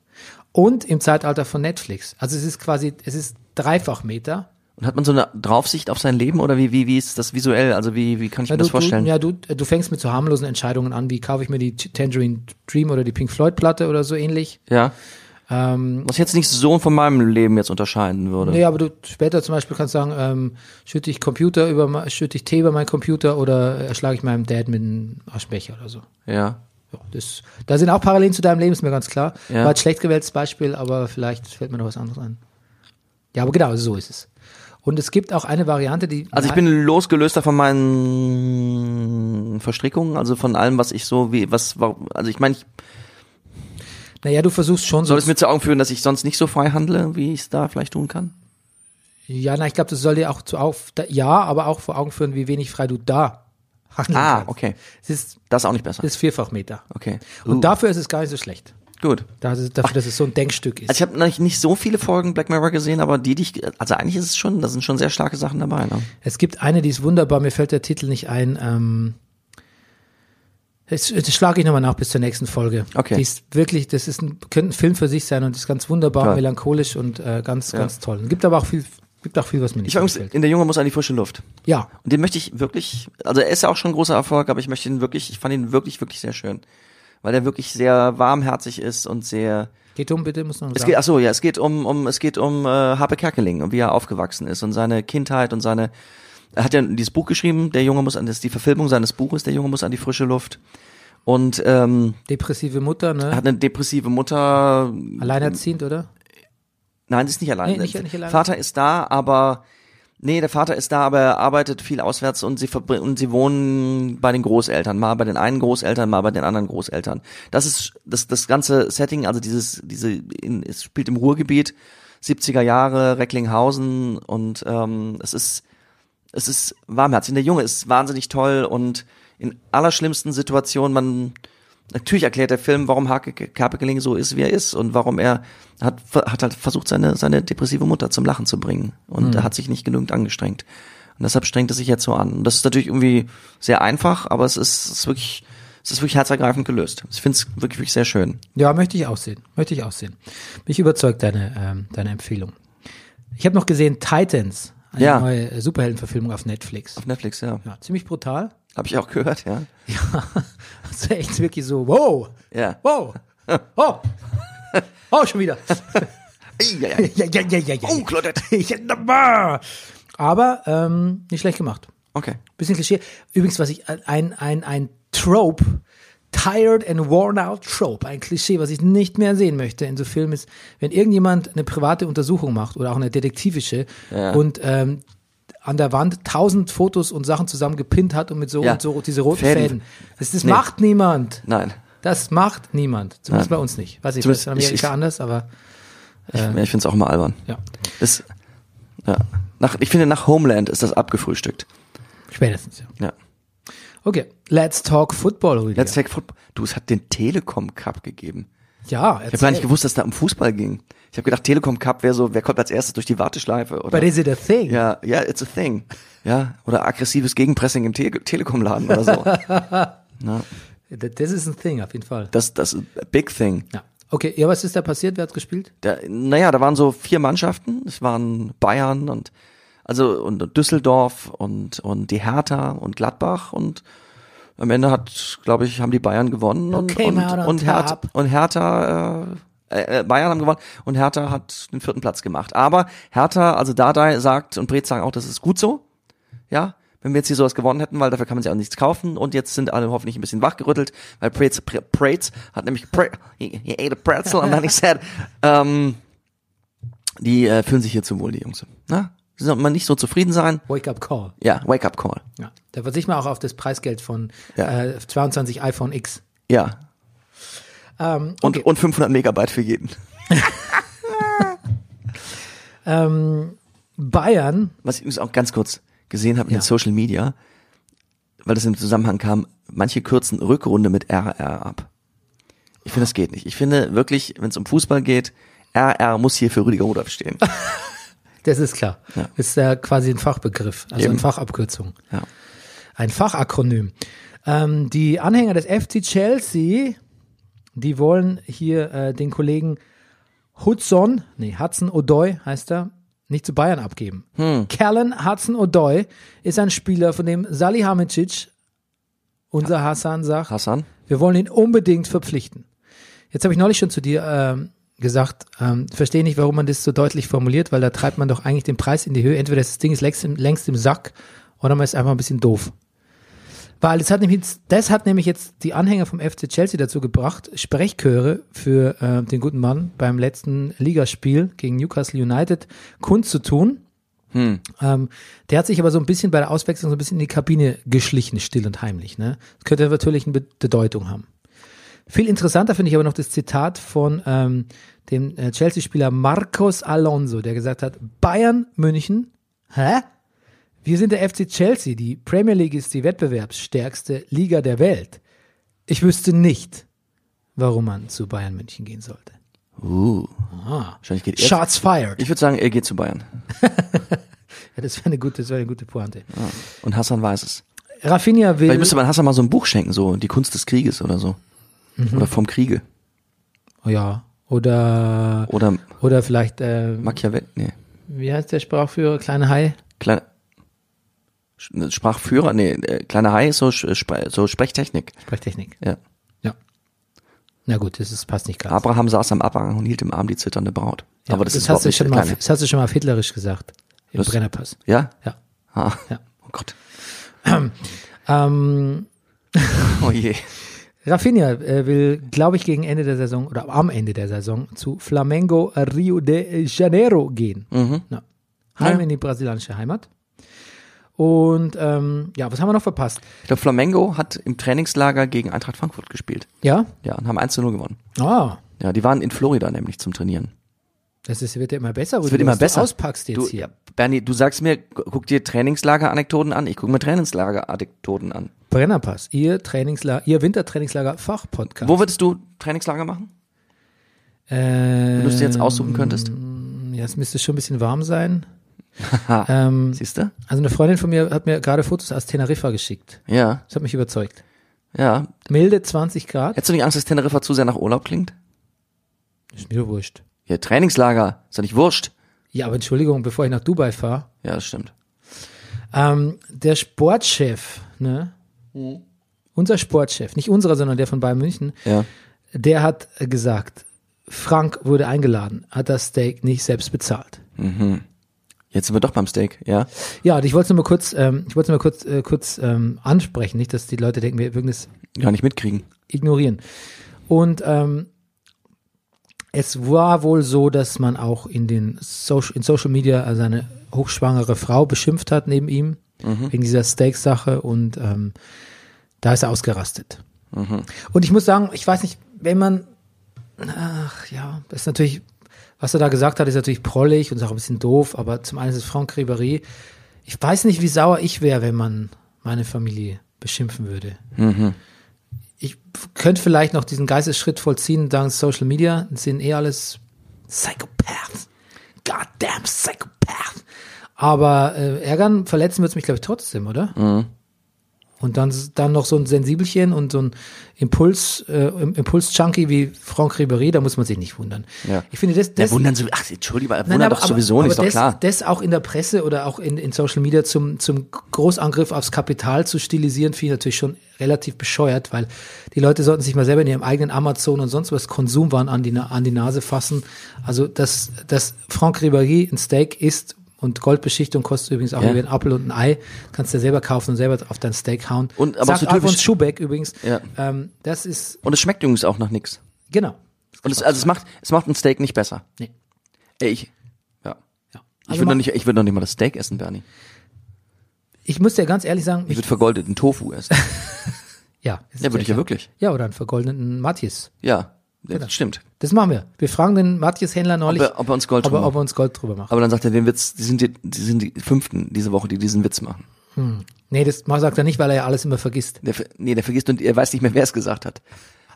[SPEAKER 1] Und im Zeitalter von Netflix. Also es ist quasi, es ist dreifach Meta.
[SPEAKER 2] Und hat man so eine Draufsicht auf sein Leben oder wie, wie, wie ist das visuell? Also wie, wie kann ich
[SPEAKER 1] Ja,
[SPEAKER 2] mir
[SPEAKER 1] du,
[SPEAKER 2] das vorstellen?
[SPEAKER 1] Du, ja, du, du fängst mit so harmlosen Entscheidungen an, wie kaufe ich mir die T- Tangerine Dream oder die Pink Floyd Platte oder so ähnlich.
[SPEAKER 2] Ja.
[SPEAKER 1] Ähm,
[SPEAKER 2] Was ich jetzt nicht so von meinem Leben jetzt unterscheiden würde.
[SPEAKER 1] nee, aber du später zum Beispiel kannst sagen, ähm, schütte ich Computer über, me- schütte ich Tee über meinen Computer oder erschlage ich meinem Dad mit einem Aschbecher oder so.
[SPEAKER 2] Ja.
[SPEAKER 1] Ja, das, da sind auch Parallelen zu deinem Leben, ist mir ganz klar.
[SPEAKER 2] Ja.
[SPEAKER 1] War ein schlecht gewähltes Beispiel, aber vielleicht fällt mir noch was anderes ein. Ja, aber genau, so ist es. Und es gibt auch eine Variante, die.
[SPEAKER 2] Also ich bin losgelöster von meinen Verstrickungen, also von allem, was ich so wie, was, warum- also ich meine, ich
[SPEAKER 1] Naja, du versuchst schon
[SPEAKER 2] soll es mir zu Augen führen, dass ich sonst nicht so frei handle, wie ich es da vielleicht tun kann?
[SPEAKER 1] Ja, na, ich glaube, das soll dir auch zu auf, da, ja, aber auch vor Augen führen, wie wenig frei du da handeln
[SPEAKER 2] Ah,
[SPEAKER 1] kannst.
[SPEAKER 2] okay.
[SPEAKER 1] Es ist,
[SPEAKER 2] Das ist auch nicht besser.
[SPEAKER 1] es ist Vierfachmeter.
[SPEAKER 2] Okay.
[SPEAKER 1] Und
[SPEAKER 2] Uh.
[SPEAKER 1] dafür ist es gar nicht so schlecht.
[SPEAKER 2] Gut.
[SPEAKER 1] Das ist, dafür, dass es so ein Denkstück ist.
[SPEAKER 2] Also ich habe nicht, nicht so viele Folgen Black Mirror gesehen, aber die, die ich, also eigentlich ist es schon, da sind schon sehr starke Sachen dabei. Ne?
[SPEAKER 1] Es gibt eine, die ist wunderbar, mir fällt der Titel nicht ein. Ähm, das, das schlage ich nochmal nach bis zur nächsten Folge.
[SPEAKER 2] Okay.
[SPEAKER 1] Die ist wirklich, das ist ein, könnte ein Film für sich sein und ist ganz wunderbar,
[SPEAKER 2] Toll.
[SPEAKER 1] melancholisch und äh, ganz, ganz toll. Gibt aber auch viel, gibt auch viel, was mir nicht
[SPEAKER 2] Ich war übrigens,
[SPEAKER 1] gefällt.
[SPEAKER 2] in der Junge muss an die frische Luft.
[SPEAKER 1] Ja,
[SPEAKER 2] Und den möchte ich wirklich, also er ist ja auch schon ein großer Erfolg, aber ich möchte ihn wirklich, ich fand ihn wirklich, wirklich sehr schön. Weil er wirklich sehr warmherzig ist und sehr,
[SPEAKER 1] geht um, bitte, muss noch
[SPEAKER 2] es
[SPEAKER 1] sagen.
[SPEAKER 2] geht, ach so, ja, es geht um, um, es geht um äh, Harpe Kerkeling und wie er aufgewachsen ist und seine Kindheit und seine, er hat ja dieses Buch geschrieben, der Junge muss an, das ist die Verfilmung seines Buches, der Junge muss an die frische Luft. Und, ähm,
[SPEAKER 1] Depressive Mutter,
[SPEAKER 2] er
[SPEAKER 1] ne?
[SPEAKER 2] hat eine depressive Mutter,
[SPEAKER 1] Alleinerziehend, oder?
[SPEAKER 2] Nein, sie ist nicht allein.
[SPEAKER 1] Nee, nicht- nicht allein.
[SPEAKER 2] Vater ist da, aber nee, der Vater ist da, aber er arbeitet viel auswärts und sie verbr- und sie wohnen bei den Großeltern, mal bei den einen Großeltern, mal bei den anderen Großeltern. Das ist das das ganze Setting, also dieses diese in, es spielt im Ruhrgebiet, 70er Jahre, Recklinghausen und ähm, es ist es ist warmherzig. Und Der Junge ist wahnsinnig toll und in allerschlimmsten Situationen, man, natürlich erklärt der Film, warum Hake Kerpekeling so ist, wie er ist und warum er hat, hat halt versucht, seine, seine depressive Mutter zum Lachen zu bringen. Und er hat sich nicht genügend angestrengt. Und deshalb strengt er sich jetzt so an. Und das ist natürlich irgendwie sehr einfach, aber es ist, es ist wirklich, es ist wirklich herzergreifend gelöst. Ich finde es wirklich, wirklich sehr schön.
[SPEAKER 1] Ja, möchte ich aussehen. Möchte ich aussehen. Mich überzeugt deine, ähm, deine Empfehlung. Ich habe noch gesehen Titans, eine
[SPEAKER 2] Ja.
[SPEAKER 1] neue äh, Superheldenverfilmung auf Netflix.
[SPEAKER 2] Auf Netflix, ja.
[SPEAKER 1] Ja, ziemlich brutal.
[SPEAKER 2] Habe ich auch gehört, ja.
[SPEAKER 1] Ja, also echt wirklich so, wow,
[SPEAKER 2] Ja.
[SPEAKER 1] wow, oh, oh, schon wieder.
[SPEAKER 2] Ei, ei, ei.
[SPEAKER 1] ja, ja, ja, ja, ja.
[SPEAKER 2] Oh, Claudette.
[SPEAKER 1] ja. Aber ähm, nicht schlecht gemacht.
[SPEAKER 2] Okay.
[SPEAKER 1] Bisschen Klischee. Übrigens, was ich, äh, ein, ein, ein Trope, tired and worn out Trope, ein Klischee, was ich nicht mehr sehen möchte in so Filmen ist, wenn irgendjemand eine private Untersuchung macht oder auch eine detektivische
[SPEAKER 2] Ja.
[SPEAKER 1] und ähm, an der Wand tausend Fotos und Sachen zusammengepinnt hat und mit so
[SPEAKER 2] Ja.
[SPEAKER 1] und so diese roten Fäden.
[SPEAKER 2] Fäden.
[SPEAKER 1] Das, das
[SPEAKER 2] Nee.
[SPEAKER 1] macht niemand.
[SPEAKER 2] Nein.
[SPEAKER 1] Das macht niemand. Zumindest
[SPEAKER 2] Nein.
[SPEAKER 1] bei uns nicht. Weiß ich, vielleicht
[SPEAKER 2] Zumindest-
[SPEAKER 1] in Amerika
[SPEAKER 2] ich- ich-
[SPEAKER 1] anders, aber
[SPEAKER 2] Ich, ich finde es auch immer albern.
[SPEAKER 1] ja.
[SPEAKER 2] Das, ja. Nach, ich finde, nach Homeland ist das abgefrühstückt.
[SPEAKER 1] Spätestens, ja.
[SPEAKER 2] Ja.
[SPEAKER 1] Okay. Let's talk Football, Rüdiger.
[SPEAKER 2] Let's Take Football. Du, es hat den Telekom Cup gegeben.
[SPEAKER 1] ja,
[SPEAKER 2] Ich habe gar nicht gewusst, dass da um Fußball ging. Ich habe gedacht, Telekom Cup wäre so, wer kommt als erstes durch die Warteschleife? Oder,
[SPEAKER 1] But is it a thing?
[SPEAKER 2] ja, ja, it's a thing. Ja, oder aggressives Gegenpressing im Tele Telekom-Laden oder so.
[SPEAKER 1] Das ist ein Thing, auf jeden Fall.
[SPEAKER 2] Das, das ist a big thing.
[SPEAKER 1] Ja. Okay, ja, was ist da passiert? Wer hat gespielt?
[SPEAKER 2] Da, naja, da waren so vier Mannschaften. Es waren Bayern und also und Düsseldorf und und die Hertha und Gladbach und am Ende hat, glaube ich, haben die Bayern gewonnen und
[SPEAKER 1] Okay,
[SPEAKER 2] und,
[SPEAKER 1] Mara,
[SPEAKER 2] und Hertha
[SPEAKER 1] top.
[SPEAKER 2] und Hertha äh, äh, Bayern haben gewonnen und Hertha hat den vierten Platz gemacht. Aber Hertha, also Dardai sagt und Brez sagen auch, das ist gut so. Ja, wenn wir jetzt hier sowas gewonnen hätten, weil dafür kann man sich auch nichts kaufen und jetzt sind alle hoffentlich ein bisschen wachgerüttelt, weil Pretz, Pre- Pretz hat nämlich, Pre, he, he ate a pretzel and then he said, ähm, die äh, fühlen sich hier zu wohl, die Jungs. Na? Sie sollten mal nicht so zufrieden sein.
[SPEAKER 1] Wake Up Call.
[SPEAKER 2] Ja, Wake Up Call.
[SPEAKER 1] Ja. Da verzichten wir auch auf das Preisgeld von
[SPEAKER 2] Ja.
[SPEAKER 1] äh, 22 iPhone X.
[SPEAKER 2] Ja.
[SPEAKER 1] Ähm,
[SPEAKER 2] Und,
[SPEAKER 1] okay.
[SPEAKER 2] und 500 Megabyte für jeden.
[SPEAKER 1] ähm, Bayern,
[SPEAKER 2] Was ich übrigens auch ganz kurz gesehen habe in
[SPEAKER 1] Ja.
[SPEAKER 2] den Social Media, weil das im Zusammenhang kam, manche kürzen Rückrunde mit RR ab. Ich finde, das geht nicht. Ich finde wirklich, wenn es um Fußball geht, RR muss hier für Rüdiger Rudolph stehen.
[SPEAKER 1] das ist klar.
[SPEAKER 2] Ja.
[SPEAKER 1] Ist ja quasi ein Fachbegriff, also
[SPEAKER 2] Eben.
[SPEAKER 1] eine Fachabkürzung.
[SPEAKER 2] Ja.
[SPEAKER 1] Ein Fachakronym. Ähm, die Anhänger des FC Chelsea, die wollen hier äh, den Kollegen Hudson, nee, Hudson O'Doy heißt er, nicht zu Bayern abgeben.
[SPEAKER 2] Hm.
[SPEAKER 1] Callan Hudson O'Doy ist ein Spieler, von dem Salihamidzic, unser Hassan, sagt,
[SPEAKER 2] Hassan?
[SPEAKER 1] wir wollen ihn unbedingt verpflichten. Jetzt habe ich neulich schon zu dir ähm, gesagt, ähm, verstehe nicht, warum man das so deutlich formuliert, weil da treibt man doch eigentlich den Preis in die Höhe. Entweder das Ding ist längst im, längst im Sack oder man ist einfach ein bisschen doof. Weil das hat nämlich jetzt, das hat nämlich jetzt die Anhänger vom FC Chelsea dazu gebracht, Sprechchöre für äh, den guten Mann beim letzten Ligaspiel gegen Newcastle United kundzutun. Ähm, der hat sich aber so ein bisschen bei der Auswechslung so ein bisschen in die Kabine geschlichen, still und heimlich. Ne? Das könnte natürlich eine Bedeutung haben. Viel interessanter finde ich aber noch das Zitat von ähm, dem äh, Chelsea-Spieler Marcos Alonso, der gesagt hat, Bayern München, hä? Wir sind der FC Chelsea, die Premier League ist die wettbewerbsstärkste Liga der Welt. Ich wüsste nicht, warum man zu Bayern München gehen sollte.
[SPEAKER 2] Uh. Wahrscheinlich geht er.
[SPEAKER 1] Shots fired.
[SPEAKER 2] Ich würde sagen, er geht zu Bayern.
[SPEAKER 1] Ja, das wäre eine gute, das wäre eine gute Pointe.
[SPEAKER 2] Und Hassan weiß es.
[SPEAKER 1] Rafinha will
[SPEAKER 2] Vielleicht müsste man Hassan mal so ein Buch schenken, so die Kunst des Krieges oder so. Oder vom Kriege.
[SPEAKER 1] Oh ja. Oder,
[SPEAKER 2] Oder
[SPEAKER 1] oder vielleicht, äh,
[SPEAKER 2] Machiavelli. Nee.
[SPEAKER 1] wie heißt der Sprachführer? Kleine Hai?
[SPEAKER 2] Kleiner Sch- ne, Sprachführer, nee, äh, kleiner Hai ist so, Sch- Spre- so Sprechtechnik.
[SPEAKER 1] Sprechtechnik.
[SPEAKER 2] Ja.
[SPEAKER 1] Ja. Na gut, das ist, passt nicht ganz.
[SPEAKER 2] Abraham saß am Abhang und hielt im Arm die zitternde Braut.
[SPEAKER 1] ja,
[SPEAKER 2] Aber das, ist
[SPEAKER 1] hast
[SPEAKER 2] überhaupt
[SPEAKER 1] du
[SPEAKER 2] nicht
[SPEAKER 1] schon
[SPEAKER 2] der
[SPEAKER 1] mal,
[SPEAKER 2] kleine.
[SPEAKER 1] das hast du schon mal auf hitlerisch gesagt. Im
[SPEAKER 2] Das-
[SPEAKER 1] Brennerpass.
[SPEAKER 2] Ja?
[SPEAKER 1] Ja.
[SPEAKER 2] Ah.
[SPEAKER 1] Ja.
[SPEAKER 2] Oh Gott.
[SPEAKER 1] Ähm,
[SPEAKER 2] Oh je.
[SPEAKER 1] Rafinha äh, will, glaube ich, gegen Ende der Saison oder am Ende der Saison zu Flamengo Rio de Janeiro gehen.
[SPEAKER 2] Mhm.
[SPEAKER 1] Ja. Heim in die brasilianische Heimat. Und ähm, ja, was haben wir noch verpasst?
[SPEAKER 2] Ich glaube, Flamengo hat im Trainingslager gegen Eintracht Frankfurt gespielt.
[SPEAKER 1] Ja?
[SPEAKER 2] Ja, und haben 1 zu 0 gewonnen.
[SPEAKER 1] Ah,
[SPEAKER 2] Ja, die waren in Florida nämlich zum Trainieren.
[SPEAKER 1] das ist, wird ja immer besser,
[SPEAKER 2] Es wird immer
[SPEAKER 1] was
[SPEAKER 2] besser.
[SPEAKER 1] du auspackst jetzt
[SPEAKER 2] du,
[SPEAKER 1] hier.
[SPEAKER 2] Bernie, du sagst mir, gu- guck dir Trainingslager-Anekdoten an. Ich gucke mir Trainingslager-Anekdoten an.
[SPEAKER 1] Brennerpass, ihr Trainingslager, ihr Wintertrainingslager Fachpodcast.
[SPEAKER 2] Wo würdest du Trainingslager machen? Wenn du es dir jetzt aussuchen könntest.
[SPEAKER 1] Ähm, Ja, es müsste schon ein bisschen warm sein.
[SPEAKER 2] Siehst du?
[SPEAKER 1] Also eine Freundin von mir hat mir gerade Fotos aus Teneriffa geschickt.
[SPEAKER 2] Ja,
[SPEAKER 1] Das hat mich überzeugt.
[SPEAKER 2] ja.
[SPEAKER 1] Milde 20 Grad.
[SPEAKER 2] Hättest du nicht Angst, dass Teneriffa zu sehr nach Urlaub klingt?
[SPEAKER 1] Ist mir doch wurscht.
[SPEAKER 2] Ja, Trainingslager. Ist doch nicht wurscht.
[SPEAKER 1] Ja, aber Entschuldigung, bevor ich nach Dubai fahre.
[SPEAKER 2] Ja, das stimmt.
[SPEAKER 1] Ähm, der Sportchef, ne?
[SPEAKER 2] Hm.
[SPEAKER 1] Unser Sportchef, nicht unserer, sondern der von Bayern München,
[SPEAKER 2] Ja.
[SPEAKER 1] der hat äh, gesagt, Frank wurde eingeladen, hat das Steak nicht selbst bezahlt.
[SPEAKER 2] Jetzt sind wir doch beim Steak, ja?
[SPEAKER 1] Ja, und ich wollte es nur mal kurz, ähm, ich wollte es nur mal kurz, äh, kurz ähm, ansprechen, nicht, dass die Leute denken, wir übrigens
[SPEAKER 2] Gar nicht mitkriegen.
[SPEAKER 1] ignorieren. Und ähm, es war wohl so, dass man auch in den Social, in Social Media äh, seine hochschwangere Frau beschimpft hat neben ihm, wegen dieser Steak-Sache und ähm, da ist er ausgerastet. Und ich muss sagen, ich weiß nicht, wenn man, ach ja, das ist natürlich, was er da gesagt hat, ist natürlich prollig und ist auch ein bisschen doof, aber zum einen ist es Franck Ribéry. Ich weiß nicht, wie sauer ich wäre, wenn man meine Familie beschimpfen würde ich f- könnte vielleicht noch diesen Geistesschritt vollziehen und sagen, Social Media sind eh alles Psychopaths. Goddamn Psychopath. Aber äh, ärgern, verletzen wird's mich, glaube ich, trotzdem, oder? Und dann, s- dann noch so ein Sensibelchen und so ein Impuls, äh, Im- Impuls-Junkie wie Franck Ribéry, da muss man sich nicht wundern.
[SPEAKER 2] Ja.
[SPEAKER 1] Ich finde, das,
[SPEAKER 2] Ja,
[SPEAKER 1] das,
[SPEAKER 2] wundern Sie, ach, Entschuldigung, aber wundern
[SPEAKER 1] Nein,
[SPEAKER 2] doch sowieso nicht, ist doch
[SPEAKER 1] das,
[SPEAKER 2] klar.
[SPEAKER 1] das auch in der Presse oder auch in, in Social Media zum, zum Großangriff aufs Kapital zu stilisieren, finde ich natürlich schon relativ bescheuert, weil die Leute sollten sich mal selber in ihrem eigenen Amazon und sonst was Konsumwaren an die, Na- an die Nase fassen. Also, dass, dass Franck Ribéry ein Steak isst und Goldbeschichtung kostet übrigens auch
[SPEAKER 2] Ja.
[SPEAKER 1] irgendwie einen Apfel und ein Ei. Kannst du selber kaufen und selber auf dein Steak hauen.
[SPEAKER 2] Und aber
[SPEAKER 1] Sagt
[SPEAKER 2] so typisch-
[SPEAKER 1] Alfons Schubeck übrigens.
[SPEAKER 2] Ja.
[SPEAKER 1] Ähm, das ist,
[SPEAKER 2] Und es schmeckt übrigens auch nach nix.
[SPEAKER 1] genau.
[SPEAKER 2] Und es, also es macht, es macht ein Steak nicht besser.
[SPEAKER 1] Nee.
[SPEAKER 2] Ey, ich,
[SPEAKER 1] Ja.
[SPEAKER 2] ja. Ich
[SPEAKER 1] Also
[SPEAKER 2] würde
[SPEAKER 1] mach-
[SPEAKER 2] noch nicht, ich würde noch nicht mal das Steak essen, Bernie.
[SPEAKER 1] ich muss dir ganz ehrlich sagen,
[SPEAKER 2] Ich
[SPEAKER 1] mich,
[SPEAKER 2] würde vergoldeten Tofu essen.
[SPEAKER 1] ja. Genau. es ist
[SPEAKER 2] Ja, würde ich ja
[SPEAKER 1] klar.
[SPEAKER 2] wirklich.
[SPEAKER 1] Ja, oder einen vergoldeten Matthias.
[SPEAKER 2] Ja. ja stimmt.
[SPEAKER 1] Das machen wir. Wir fragen den Matthias-Händler neulich,
[SPEAKER 2] Ob er- ob er uns Gold
[SPEAKER 1] ob, er,
[SPEAKER 2] drüber
[SPEAKER 1] ob er uns Gold drüber macht.
[SPEAKER 2] Aber dann sagt er den Witz, die sind die, die sind die fünften diese Woche, die diesen Witz machen.
[SPEAKER 1] nee, das sagt er nicht, weil er ja alles immer vergisst.
[SPEAKER 2] Der, ver- nee, der vergisst und er weiß nicht mehr, wer es gesagt hat.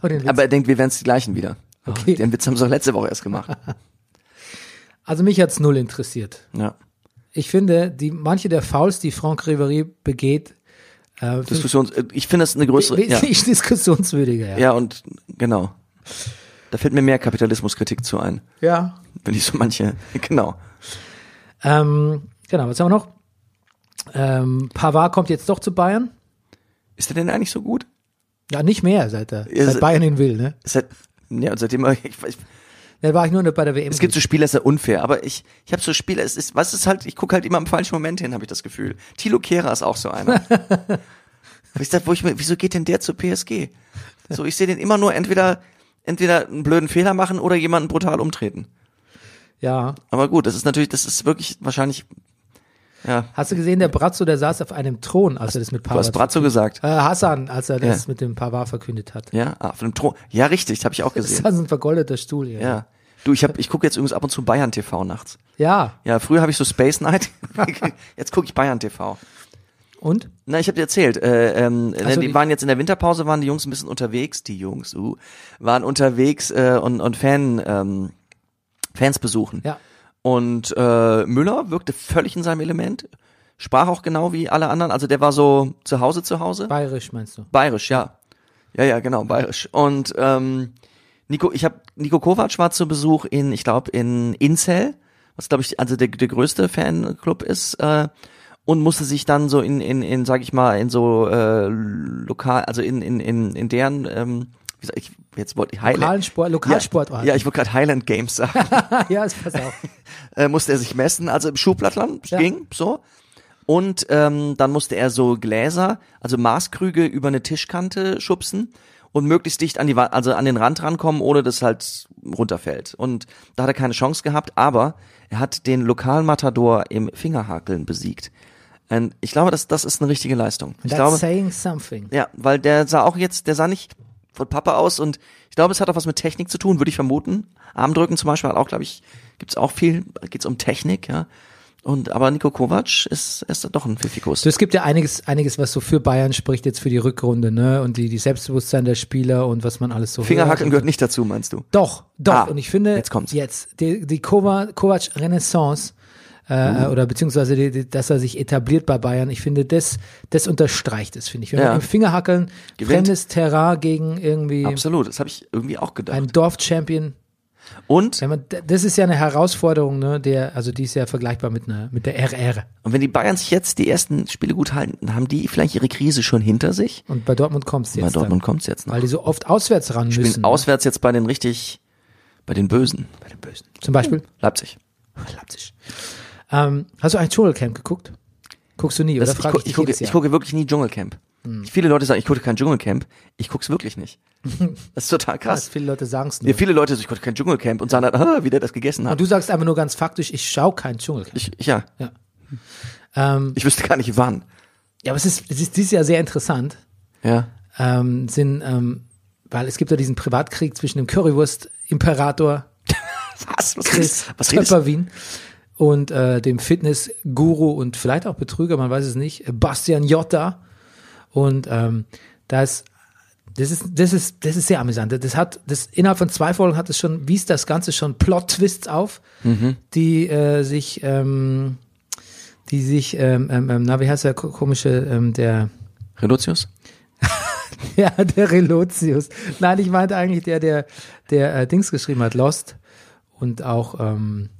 [SPEAKER 1] Aber den Witz-
[SPEAKER 2] Aber er denkt, wir wären es die gleichen wieder.
[SPEAKER 1] Okay.
[SPEAKER 2] Den Witz haben sie doch letzte Woche erst gemacht.
[SPEAKER 1] also mich hat's null interessiert.
[SPEAKER 2] Ja.
[SPEAKER 1] Ich finde, die, manche der Fouls, die Franck Ribéry begeht, äh, finde
[SPEAKER 2] Diskussions, äh, ich finde das eine
[SPEAKER 1] ich
[SPEAKER 2] größere, ja.
[SPEAKER 1] wesentlich diskussionswürdiger. Ja.
[SPEAKER 2] ja, und genau. Da fällt mir mehr Kapitalismuskritik zu ein.
[SPEAKER 1] ja.
[SPEAKER 2] Wenn ich so manche, genau.
[SPEAKER 1] Ähm, genau, was haben wir noch? Ähm, Pavard kommt jetzt doch zu Bayern.
[SPEAKER 2] Ist der denn eigentlich so gut?
[SPEAKER 1] Ja, nicht mehr, seit, er,
[SPEAKER 2] Ist-
[SPEAKER 1] seit Bayern ihn will. Ne?
[SPEAKER 2] Seit, ja, und seitdem, er- ich, weiß-
[SPEAKER 1] Da war ich nur bei der WM.
[SPEAKER 2] es gibt so Spieler, ist ja unfair, aber ich, ich habe so Spieler, es ist, was ist halt, ich gucke halt immer im falschen Moment hin, habe ich das Gefühl. Tilo Kehrer ist auch so einer. Wo ich dachte, wo ich mir, wieso geht denn der zu PSG? So, ich sehe den immer nur entweder, entweder einen blöden Fehler machen oder jemanden brutal umtreten.
[SPEAKER 1] ja.
[SPEAKER 2] Aber gut, das ist natürlich, das ist wirklich wahrscheinlich, ja,
[SPEAKER 1] Hast du gesehen, der Brazzo, der saß auf einem Thron, als er das mit
[SPEAKER 2] du
[SPEAKER 1] Pavard
[SPEAKER 2] hast Brazzo gesagt.
[SPEAKER 1] Äh, Hassan, als er das
[SPEAKER 2] Ja.
[SPEAKER 1] mit dem Pavard verkündet hat.
[SPEAKER 2] Ja, ah, auf dem Thron. Ja, richtig, das habe ich auch
[SPEAKER 1] Das ist
[SPEAKER 2] gesehen.
[SPEAKER 1] also ein vergoldeter Stuhl. Ja.
[SPEAKER 2] Ja. Du, ich hab, ich gucke jetzt übrigens ab und zu Bayern TV nachts.
[SPEAKER 1] ja.
[SPEAKER 2] Ja, früher habe ich so Space Night. jetzt gucke ich Bayern TV.
[SPEAKER 1] Und?
[SPEAKER 2] Na, ich habe dir erzählt, äh, ähm,
[SPEAKER 1] so,
[SPEAKER 2] die
[SPEAKER 1] die-
[SPEAKER 2] waren jetzt in der Winterpause, waren die Jungs ein bisschen unterwegs, die Jungs, uh, waren unterwegs äh, und, und Fan, ähm, Fans besuchen.
[SPEAKER 1] Ja.
[SPEAKER 2] Und äh, Müller wirkte völlig in seinem Element, sprach auch genau wie alle anderen, also der war so zu Hause zu Hause.
[SPEAKER 1] Bayerisch meinst du?
[SPEAKER 2] Bayerisch, ja. Ja, ja, genau, bayerisch. Und ähm, Nico, ich habe Nico Kovac war zu Besuch in, ich glaube, in Inzell, was glaube ich, also der, der größte Fanclub ist, äh, und musste sich dann so in, in, in, sag ich mal, in so äh, lokal, also in, in, in, in deren, ähm, wie sag ich, jetzt wollte ich
[SPEAKER 1] Lokalen
[SPEAKER 2] Highland.
[SPEAKER 1] Sport, Lokalsportort.
[SPEAKER 2] Ja, ja, ich wollte gerade Highland Games sagen
[SPEAKER 1] oh. ja, ist pass auf.
[SPEAKER 2] äh, musste er sich messen, also im Schuhplattland
[SPEAKER 1] Ja.
[SPEAKER 2] ging so. Und ähm, dann musste er so Gläser, also Maßkrüge über eine Tischkante schubsen und möglichst dicht an die Wand, also an den Rand rankommen, ohne dass halt runterfällt. Und da hat er keine Chance gehabt, aber er hat den Lokalmatador im Fingerhakeln besiegt. Und ich glaube, das, das ist eine richtige Leistung. Ich
[SPEAKER 1] That's
[SPEAKER 2] glaube,
[SPEAKER 1] saying something.
[SPEAKER 2] ja, weil der sah auch jetzt, der sah nicht von Papa aus und ich glaube, es hat auch was mit Technik zu tun, würde ich vermuten. Armdrücken zum Beispiel hat auch, glaube ich, gibt's auch viel, geht's um Technik, ja. Und aber Nico Kovac ist, ist doch ein Pfiffikus.
[SPEAKER 1] So, es gibt ja einiges, einiges, was so für Bayern spricht jetzt für die Rückrunde, ne? Und die, die Selbstbewusstsein der Spieler und was man alles so.
[SPEAKER 2] Fingerhaken
[SPEAKER 1] hört.
[SPEAKER 2] gehört nicht dazu, meinst du?
[SPEAKER 1] Doch, doch.
[SPEAKER 2] Ah,
[SPEAKER 1] und ich finde
[SPEAKER 2] jetzt kommt's.
[SPEAKER 1] jetzt die, die Kova- Kovac Renaissance
[SPEAKER 2] Uh.
[SPEAKER 1] äh, oder beziehungsweise die, die, dass er sich etabliert bei Bayern. Ich finde, das, das unterstreicht es, finde ich. Wenn
[SPEAKER 2] Ja.
[SPEAKER 1] man im Fingerhackeln
[SPEAKER 2] Gewinnt.
[SPEAKER 1] fremdes Terrain gegen irgendwie
[SPEAKER 2] Absolut, das habe ich irgendwie auch gedacht.
[SPEAKER 1] einen Dorfchampion.
[SPEAKER 2] Und,
[SPEAKER 1] Wenn man, d- das ist ja eine Herausforderung, ne? Der, also die ist ja vergleichbar mit einer, mit der RR.
[SPEAKER 2] und wenn die Bayern sich jetzt die ersten Spiele gut halten, dann haben die vielleicht ihre Krise schon hinter sich.
[SPEAKER 1] Und bei Dortmund kommst du
[SPEAKER 2] Bei
[SPEAKER 1] jetzt.
[SPEAKER 2] Dortmund kommt's jetzt
[SPEAKER 1] dann,
[SPEAKER 2] noch.
[SPEAKER 1] weil die so oft auswärts ran
[SPEAKER 2] Ich
[SPEAKER 1] müssen.
[SPEAKER 2] bin auswärts jetzt bei den richtig, bei den Bösen. Bei den Bösen.
[SPEAKER 1] Zum Beispiel.
[SPEAKER 2] Leipzig.
[SPEAKER 1] Leipzig. Ähm, hast du eigentlich Dschungelcamp geguckt? Guckst du nie,
[SPEAKER 2] Das,
[SPEAKER 1] oder
[SPEAKER 2] ich,
[SPEAKER 1] frag
[SPEAKER 2] gu
[SPEAKER 1] ich,
[SPEAKER 2] ich,
[SPEAKER 1] dich
[SPEAKER 2] gucke,
[SPEAKER 1] jedes Jahr? Hm.
[SPEAKER 2] ich gucke wirklich nie Dschungelcamp. Viele Leute sagen, ich gucke kein Dschungelcamp. Ich guck's wirklich nicht. Das ist total
[SPEAKER 1] Krass,
[SPEAKER 2] krass.
[SPEAKER 1] viele Leute sagen es
[SPEAKER 2] Ja,
[SPEAKER 1] nur.
[SPEAKER 2] viele Leute sagen, ich gucke kein Dschungelcamp und sagen dann, ah, wie der das gegessen
[SPEAKER 1] Und
[SPEAKER 2] hat.
[SPEAKER 1] du sagst einfach nur ganz faktisch, ich schaue kein Dschungelcamp.
[SPEAKER 2] Ich, ich- ja,
[SPEAKER 1] Ähm,
[SPEAKER 2] ich wüsste gar nicht wann.
[SPEAKER 1] ja, aber es ist, es ist dieses Jahr sehr interessant,
[SPEAKER 2] Ja.
[SPEAKER 1] ähm, sind, ähm, weil es gibt ja diesen Privatkrieg zwischen dem Currywurst-Imperator
[SPEAKER 2] Was? Was
[SPEAKER 1] Chris
[SPEAKER 2] redest, was redest du?
[SPEAKER 1] Töpperwien und äh, dem Fitness-Guru und vielleicht auch Betrüger, man weiß es nicht, Bastian Jotta. Und ähm, das, das ist, das ist, das ist sehr amüsant. Das hat, das innerhalb von zwei Folgen hat es schon, wies das Ganze schon Plot-Twists auf,
[SPEAKER 2] Mhm.
[SPEAKER 1] die äh, sich, ähm, die sich, ähm, ähm, ähm, na wie heißt der ko- komische, ähm, der,
[SPEAKER 2] Reduzius?
[SPEAKER 1] ja, der Relotius. Nein, ich meinte eigentlich der, der, der äh, Dings geschrieben hat, Lost und auch ähm,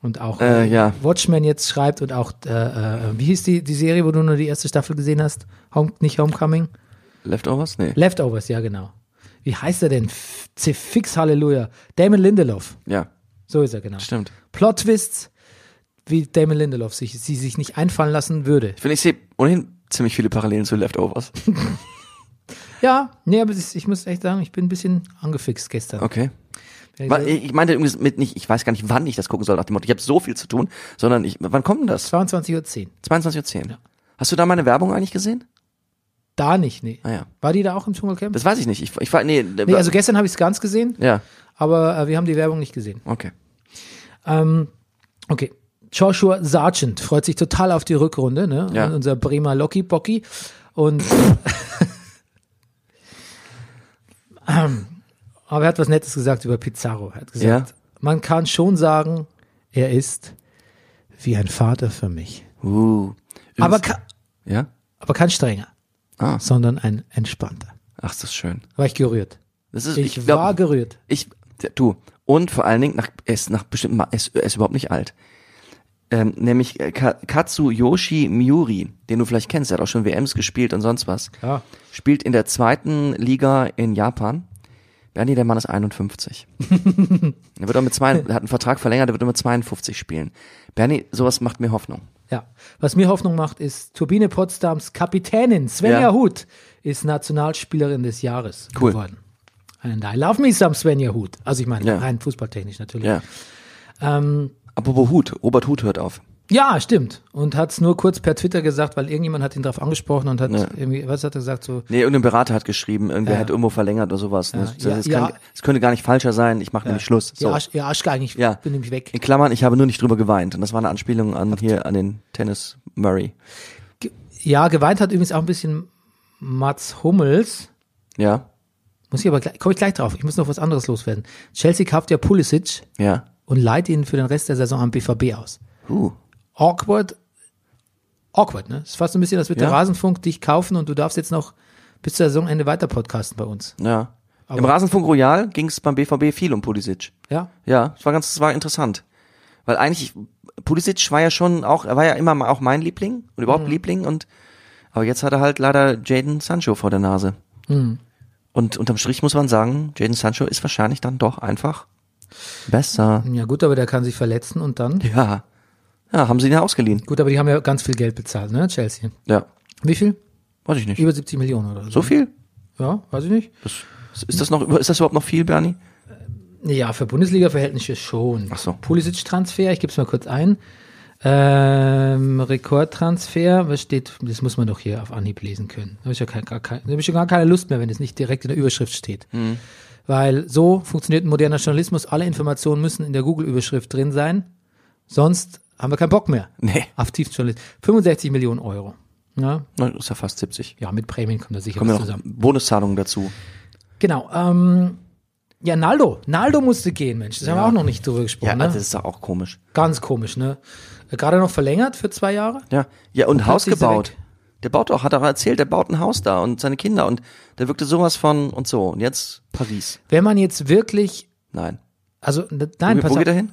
[SPEAKER 1] und auch
[SPEAKER 2] Äh, ja.
[SPEAKER 1] Watchmen jetzt schreibt und auch äh, äh, wie hieß die die Serie, wo du nur die erste Staffel gesehen hast? Home, nicht Homecoming,
[SPEAKER 2] Leftovers? Nee.
[SPEAKER 1] Leftovers, ja genau. Wie heißt er denn? F- Fix Halleluja. Damon Lindelof.
[SPEAKER 2] ja,
[SPEAKER 1] So ist er genau.
[SPEAKER 2] stimmt.
[SPEAKER 1] Plot Twists, wie Damon Lindelof sich sie sich nicht einfallen lassen würde.
[SPEAKER 2] Ich finde, ich sehe ohnehin ziemlich viele Parallelen zu Leftovers.
[SPEAKER 1] Ja, nee, aber es ist- ich muss echt sagen, ich bin ein bisschen angefixt gestern.
[SPEAKER 2] Okay.
[SPEAKER 1] Ja,
[SPEAKER 2] Wa- Ich ich meinte übrigens mit nicht, ich weiß gar nicht, wann ich das gucken soll nach dem Motto, ich habe so viel zu tun, sondern ich, wann kommt denn das?
[SPEAKER 1] 22.10 Uhr.
[SPEAKER 2] 22.10 Uhr. Hast du da meine Werbung eigentlich gesehen?
[SPEAKER 1] Da nicht, nee.
[SPEAKER 2] Ah ja.
[SPEAKER 1] War die da auch im Dschungelcamp?
[SPEAKER 2] Das weiß ich nicht. Ich, ich war, nee,
[SPEAKER 1] nee, also gestern habe ich es ganz gesehen,
[SPEAKER 2] ja,
[SPEAKER 1] aber äh, wir haben die Werbung nicht gesehen.
[SPEAKER 2] okay.
[SPEAKER 1] Ähm, okay. Joshua Sargent freut sich total auf die Rückrunde, ne?
[SPEAKER 2] Ja.
[SPEAKER 1] Und unser Bremer Locky Pocky. Und Ähm, aber er hat was Nettes gesagt über Pizarro. Er hat gesagt,
[SPEAKER 2] Ja.
[SPEAKER 1] man kann schon sagen, er ist wie ein Vater für mich.
[SPEAKER 2] Uh. Übrigens-
[SPEAKER 1] Aber, ka
[SPEAKER 2] ja?
[SPEAKER 1] aber kein strenger,
[SPEAKER 2] Ah,
[SPEAKER 1] sondern ein entspannter.
[SPEAKER 2] ach, das ist schön.
[SPEAKER 1] War ich gerührt.
[SPEAKER 2] Das ist,
[SPEAKER 1] Ich,
[SPEAKER 2] ich, glaub,
[SPEAKER 1] war gerührt.
[SPEAKER 2] ich, ja, du. Und vor allen Dingen, nach, er ist nach bestimmten, Ma- er ist, er ist überhaupt nicht alt. Ähm, nämlich äh, Ka Katsuyoshi Miuri, den du vielleicht kennst, der hat auch schon WMs gespielt und sonst was.
[SPEAKER 1] Ja.
[SPEAKER 2] Spielt in der zweiten Liga in Japan. Bernie, der Mann ist 51. er wird auch mit zwei, er hat einen Vertrag verlängert, er wird immer 52 spielen. Bernie, sowas macht mir Hoffnung.
[SPEAKER 1] Ja, was mir Hoffnung macht, ist Turbine Potsdams Kapitänin Svenja
[SPEAKER 2] Ja.
[SPEAKER 1] Huth ist Nationalspielerin des Jahres
[SPEAKER 2] Cool.
[SPEAKER 1] geworden. And I love me some Svenja Huth. Also ich meine,
[SPEAKER 2] Ja.
[SPEAKER 1] rein fußballtechnisch natürlich.
[SPEAKER 2] Ja.
[SPEAKER 1] Ähm,
[SPEAKER 2] Apropos Hut, Robert Hut hört auf.
[SPEAKER 1] Ja, stimmt. Und hat's nur kurz per Twitter gesagt, weil irgendjemand hat ihn drauf angesprochen und hat
[SPEAKER 2] Ja.
[SPEAKER 1] irgendwie, was hat er gesagt, so,
[SPEAKER 2] Nee, irgendein Berater hat geschrieben, irgendwer
[SPEAKER 1] Ja.
[SPEAKER 2] hat irgendwo verlängert oder sowas. ne?
[SPEAKER 1] ja,
[SPEAKER 2] das,
[SPEAKER 1] ja.
[SPEAKER 2] kann, das könnte gar nicht falscher sein, ich mache nämlich Schluss.
[SPEAKER 1] ihr
[SPEAKER 2] So.
[SPEAKER 1] Arsch, ihr Arschgeigen, ich
[SPEAKER 2] Ja.
[SPEAKER 1] bin nämlich weg.
[SPEAKER 2] In Klammern, ich habe nur nicht drüber geweint. Und das war eine Anspielung an hier an den Tennis Murray.
[SPEAKER 1] Ja, geweint hat übrigens auch ein bisschen Mats Hummels.
[SPEAKER 2] Ja,
[SPEAKER 1] Muss ich aber gleich, komme ich gleich drauf. Ich muss noch was anderes loswerden. Chelsea kauft ja Pulisic
[SPEAKER 2] ja.
[SPEAKER 1] und leiht ihn für den Rest der Saison am BVB aus.
[SPEAKER 2] Uh,
[SPEAKER 1] Awkward. Awkward, ne? Ist fast ein bisschen, als würde
[SPEAKER 2] Ja.
[SPEAKER 1] der Rasenfunk dich kaufen und du darfst jetzt noch bis zur Saisonende weiter podcasten bei uns.
[SPEAKER 2] ja. Im Rasenfunk Royal ging es beim BVB viel um Pulisic.
[SPEAKER 1] Ja?
[SPEAKER 2] Ja, es war ganz, es war interessant. Weil eigentlich, Pulisic war ja schon auch, er war ja immer auch mein Liebling und überhaupt Liebling und, aber jetzt hat er halt leider Jaden Sancho vor der Nase. Und unterm Strich muss man sagen, Jaden Sancho ist wahrscheinlich dann doch einfach besser.
[SPEAKER 1] Ja, gut, aber der kann sich verletzen und dann.
[SPEAKER 2] Ja. Ja, haben sie ihn ja ausgeliehen.
[SPEAKER 1] Gut, aber die haben ja ganz viel Geld bezahlt, ne? Chelsea.
[SPEAKER 2] Ja.
[SPEAKER 1] Wie viel?
[SPEAKER 2] Weiß ich nicht.
[SPEAKER 1] Über 70 Millionen oder so.
[SPEAKER 2] So viel?
[SPEAKER 1] Ja, weiß ich nicht.
[SPEAKER 2] Das, ist das noch, ist das überhaupt noch viel, Bernie?
[SPEAKER 1] Ja, für Bundesliga-Verhältnisse schon.
[SPEAKER 2] Ach so.
[SPEAKER 1] Pulisic-Transfer, ich gebe es mal kurz ein. Ähm, Rekordtransfer, was steht, das muss man doch hier auf Anhieb lesen können. Da habe ich, ja kein, gar kein, da hab ich ja gar keine Lust mehr, wenn es nicht direkt in der Überschrift steht.
[SPEAKER 2] Mhm.
[SPEAKER 1] Weil so funktioniert moderner Journalismus, alle Informationen müssen in der Google-Überschrift drin sein, sonst haben wir keinen Bock mehr.
[SPEAKER 2] Nee.
[SPEAKER 1] Auf Tiefjournalismus. 65 Millionen Euro. Ja,
[SPEAKER 2] Na, ist ja fast 70.
[SPEAKER 1] ja mit Prämien kommt da sicher
[SPEAKER 2] Kommen
[SPEAKER 1] was
[SPEAKER 2] ja noch
[SPEAKER 1] zusammen.
[SPEAKER 2] Bonuszahlungen dazu.
[SPEAKER 1] Genau. Ähm, ja, Naldo. Naldo musste gehen, Mensch. Das haben wir auch noch nicht drüber
[SPEAKER 2] Ja,
[SPEAKER 1] gesprochen.
[SPEAKER 2] das
[SPEAKER 1] ne?
[SPEAKER 2] ist doch auch komisch.
[SPEAKER 1] Ganz komisch, ne? Gerade noch verlängert für zwei Jahre.
[SPEAKER 2] Ja, ja und, Haus
[SPEAKER 1] plötzlich ist er
[SPEAKER 2] gebaut.
[SPEAKER 1] weg.
[SPEAKER 2] Der baut auch, hat auch erzählt, der baut ein Haus da und seine Kinder und der wirkte sowas von und so. Und jetzt Paris.
[SPEAKER 1] Wenn man jetzt wirklich,
[SPEAKER 2] Nein.
[SPEAKER 1] also ne- nein,
[SPEAKER 2] wo,
[SPEAKER 1] pass
[SPEAKER 2] wo
[SPEAKER 1] auf,
[SPEAKER 2] geht er hin?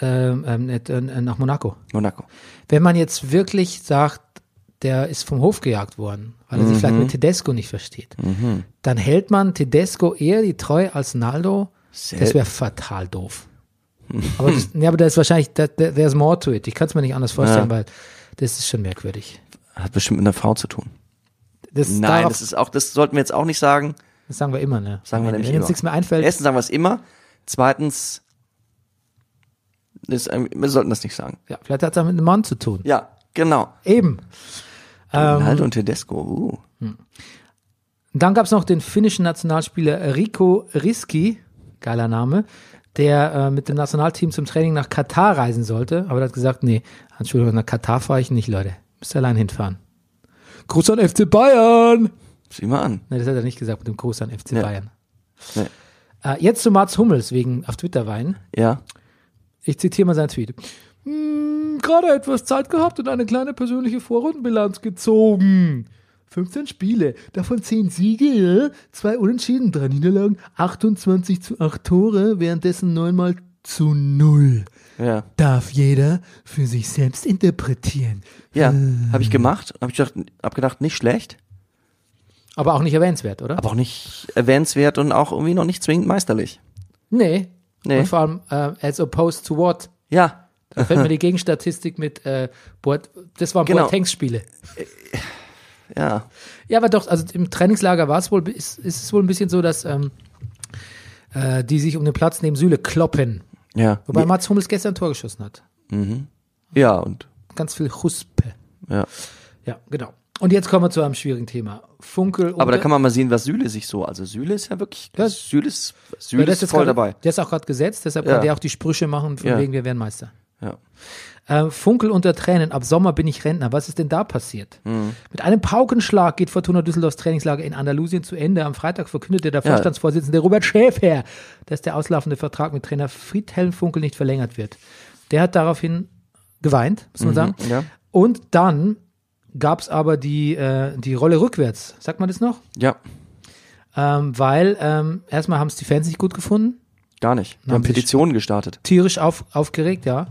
[SPEAKER 1] ähm, ähm, nicht, äh, nach Monaco.
[SPEAKER 2] Monaco.
[SPEAKER 1] Wenn man jetzt wirklich sagt, der ist vom Hof gejagt worden, weil er sich
[SPEAKER 2] Mhm.
[SPEAKER 1] vielleicht mit Tedesco nicht versteht, dann hält man Tedesco eher die Treue als Naldo.
[SPEAKER 2] Sel-
[SPEAKER 1] Das wäre fatal doof. aber, das, nee, aber da ist wahrscheinlich, da, da, there's more to it. Ich kann es mir nicht anders vorstellen, weil das ist schon merkwürdig.
[SPEAKER 2] Hat bestimmt mit einer Frau zu tun.
[SPEAKER 1] Das,
[SPEAKER 2] Nein,
[SPEAKER 1] darauf,
[SPEAKER 2] das ist auch, das sollten wir jetzt auch nicht sagen.
[SPEAKER 1] das sagen wir immer, ne?
[SPEAKER 2] Sagen wir
[SPEAKER 1] Wenn
[SPEAKER 2] nämlich
[SPEAKER 1] uns
[SPEAKER 2] immer.
[SPEAKER 1] nichts mehr einfällt,
[SPEAKER 2] Erstens sagen wir es immer. Zweitens, ist, ein- wir sollten das nicht sagen.
[SPEAKER 1] ja, vielleicht hat es auch mit einem Mann zu tun.
[SPEAKER 2] Ja, genau.
[SPEAKER 1] Eben. Ähm.
[SPEAKER 2] Ronaldo und Tedesco. Uh.
[SPEAKER 1] Dann gab es noch den finnischen Nationalspieler Rico Riski, geiler Name, der äh, mit dem Nationalteam zum Training nach Katar reisen sollte. Aber er hat gesagt, nee, Entschuldigung, nach Katar fahre ich nicht, Leute. Müsst ihr allein hinfahren. Gruß an FC Bayern!
[SPEAKER 2] Sieh mal an.
[SPEAKER 1] Ne, das hat er nicht gesagt mit dem Gruß an FC
[SPEAKER 2] Ja.
[SPEAKER 1] Bayern.
[SPEAKER 2] Nee.
[SPEAKER 1] Äh, jetzt zu Mats Hummels wegen auf Twitter weinen.
[SPEAKER 2] Ja.
[SPEAKER 1] Ich zitiere mal seinen Tweet. Hm, gerade etwas Zeit gehabt und eine kleine persönliche Vorrundenbilanz gezogen. 15 Spiele, davon 10 Siege, 2 Unentschieden, 3 Niederlagen, 28 zu 8 Tore, währenddessen 9 mal zu 0.
[SPEAKER 2] Ja.
[SPEAKER 1] Darf jeder für sich selbst interpretieren.
[SPEAKER 2] Ja.
[SPEAKER 1] Äh.
[SPEAKER 2] Habe ich gemacht. Habe ich gedacht, hab gedacht, nicht schlecht.
[SPEAKER 1] Aber auch nicht erwähnenswert, oder?
[SPEAKER 2] aber auch nicht erwähnenswert und auch irgendwie noch nicht zwingend meisterlich.
[SPEAKER 1] nee.
[SPEAKER 2] Nee.
[SPEAKER 1] Und vor allem, äh, as opposed to what?
[SPEAKER 2] Ja,
[SPEAKER 1] Da fällt mir die Gegenstatistik mit äh, Boat, das waren
[SPEAKER 2] Genau.
[SPEAKER 1] Boatengs-Spiele.
[SPEAKER 2] ja,
[SPEAKER 1] Ja, aber doch, also im Trainingslager war es wohl, ist, ist es wohl ein bisschen so, dass ähm, äh, die sich um den Platz neben Süle kloppen.
[SPEAKER 2] ja.
[SPEAKER 1] Wobei Mats Hummels gestern ein Tor geschossen hat.
[SPEAKER 2] ja, und
[SPEAKER 1] Ganz viel Huspe.
[SPEAKER 2] ja.
[SPEAKER 1] Ja, genau. Und jetzt kommen wir zu einem schwierigen Thema. Funkel
[SPEAKER 2] Aber da kann man mal sehen, was Süle sich so, also Süle ist ja wirklich,
[SPEAKER 1] Das-
[SPEAKER 2] Süle ist, Süle ist
[SPEAKER 1] jetzt
[SPEAKER 2] voll
[SPEAKER 1] gerade-
[SPEAKER 2] dabei.
[SPEAKER 1] Der ist auch gerade gesetzt, deshalb
[SPEAKER 2] Ja.
[SPEAKER 1] kann der auch die Sprüche machen, von
[SPEAKER 2] Ja.
[SPEAKER 1] wegen wir wären Meister.
[SPEAKER 2] Ja.
[SPEAKER 1] Äh, Funkel unter Tränen, ab Sommer bin ich Rentner. Was ist denn da passiert?
[SPEAKER 2] Hm.
[SPEAKER 1] Mit einem Paukenschlag geht Fortuna Düsseldorfs Trainingslager in Andalusien zu Ende. Am Freitag verkündete der
[SPEAKER 2] Ja.
[SPEAKER 1] Vorstandsvorsitzende Robert Schäfer, dass der auslaufende Vertrag mit Trainer Friedhelm Funkel nicht verlängert wird. Der hat daraufhin geweint, muss man sagen.
[SPEAKER 2] Mhm, ja.
[SPEAKER 1] Und dann gab es aber die, äh, die Rolle rückwärts. Sagt man das noch?
[SPEAKER 2] Ja,
[SPEAKER 1] Ähm, weil ähm, erstmal haben es die Fans nicht gut gefunden.
[SPEAKER 2] gar nicht. Wir haben
[SPEAKER 1] sich-
[SPEAKER 2] Petitionen gestartet.
[SPEAKER 1] tierisch auf, aufgeregt, ja.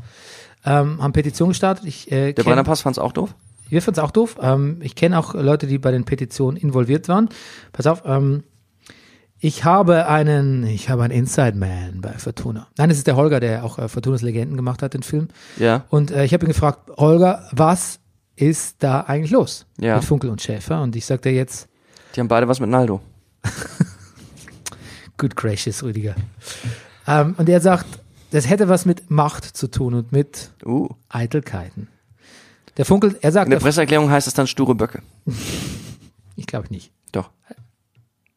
[SPEAKER 1] Ähm, haben Petition gestartet. Ich, äh,
[SPEAKER 2] Der
[SPEAKER 1] kenn-
[SPEAKER 2] Brennerpass fand's auch doof.
[SPEAKER 1] wir fanden es auch doof. Ähm, ich kenne auch Leute, die bei den Petitionen involviert waren. Pass auf, ähm, ich habe einen, ich habe einen Inside Man bei Fortuna. Nein, es ist der Holger, der auch äh, Fortunas Legenden gemacht hat, den Film.
[SPEAKER 2] Ja,
[SPEAKER 1] Und äh, ich habe ihn gefragt, Holger, was ist da eigentlich los
[SPEAKER 2] Ja.
[SPEAKER 1] mit Funkel und Schäfer? Und ich sagte jetzt,
[SPEAKER 2] die haben beide was mit Naldo.
[SPEAKER 1] Good gracious, Rüdiger. ähm, und er sagt, das hätte was mit Macht zu tun und mit
[SPEAKER 2] Uh.
[SPEAKER 1] Eitelkeiten. Der Funkel, er sagt,
[SPEAKER 2] In der
[SPEAKER 1] er-
[SPEAKER 2] Presseerklärung heißt es dann sture Böcke.
[SPEAKER 1] ich glaube nicht.
[SPEAKER 2] Doch.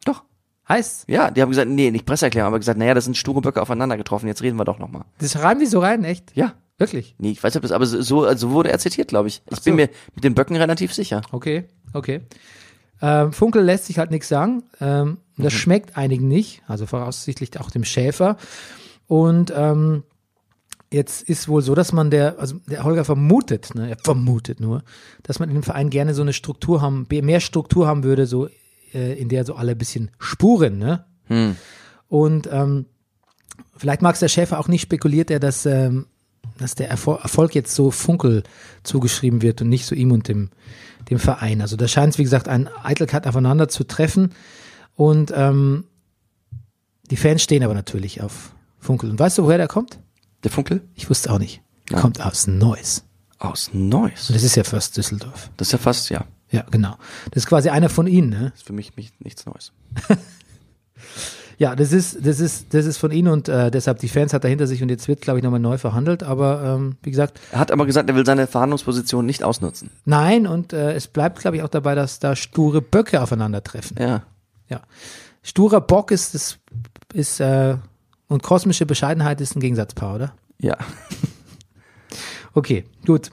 [SPEAKER 2] Doch.
[SPEAKER 1] Heißt,
[SPEAKER 2] Ja, die haben gesagt, nee, nicht Presseerklärung, aber gesagt, naja, das sind sture Böcke aufeinander getroffen, jetzt reden wir doch nochmal.
[SPEAKER 1] das schreiben die so rein, echt?
[SPEAKER 2] Ja.
[SPEAKER 1] Wirklich?
[SPEAKER 2] Nee, ich weiß nicht, ob das, aber so- so also wurde er zitiert, glaube ich. Ich bin mir mit den Böcken relativ sicher.
[SPEAKER 1] Okay, okay. Ähm, Funkel lässt sich halt nichts sagen. Ähm, das schmeckt einigen nicht, also voraussichtlich auch dem Schäfer. Und ähm, jetzt ist wohl so, dass man der, also der Holger vermutet, ne, er vermutet nur, dass man in dem Verein gerne so eine Struktur haben, mehr Struktur haben würde, so äh, in der so alle ein bisschen spuren, ne? Und ähm, vielleicht mag es der Schäfer auch nicht, spekuliert er, dass, ähm, dass der Erfol Erfolg jetzt so Funkel zugeschrieben wird und nicht so ihm und dem, dem Verein. Also da scheint es, wie gesagt, ein Eitelkeit aufeinander zu treffen. Und ähm, die Fans stehen aber natürlich auf Funkel. Und weißt du, woher der kommt?
[SPEAKER 2] Der Funkel?
[SPEAKER 1] Ich wusste auch nicht. Der
[SPEAKER 2] Nein.
[SPEAKER 1] kommt aus Neuss.
[SPEAKER 2] Aus Neuss.
[SPEAKER 1] Und das ist ja fast Düsseldorf.
[SPEAKER 2] Das ist ja fast, ja.
[SPEAKER 1] Ja, genau. Das ist quasi einer von ihnen, ne?
[SPEAKER 2] Ist für mich, mich nichts Neues.
[SPEAKER 1] Ja, das ist, das ist, das ist von ihnen und äh, deshalb die Fans hat er hinter sich und jetzt wird, glaube ich, nochmal neu verhandelt. Aber ähm, wie gesagt,
[SPEAKER 2] Er hat aber gesagt, er will seine Verhandlungsposition nicht ausnutzen.
[SPEAKER 1] nein, und äh, es bleibt, glaube ich, auch dabei, dass da sture Böcke aufeinandertreffen.
[SPEAKER 2] Ja.
[SPEAKER 1] Ja. Sturer Bock ist das ist äh, und kosmische Bescheidenheit ist ein Gegensatzpaar, oder?
[SPEAKER 2] Ja.
[SPEAKER 1] Okay, gut.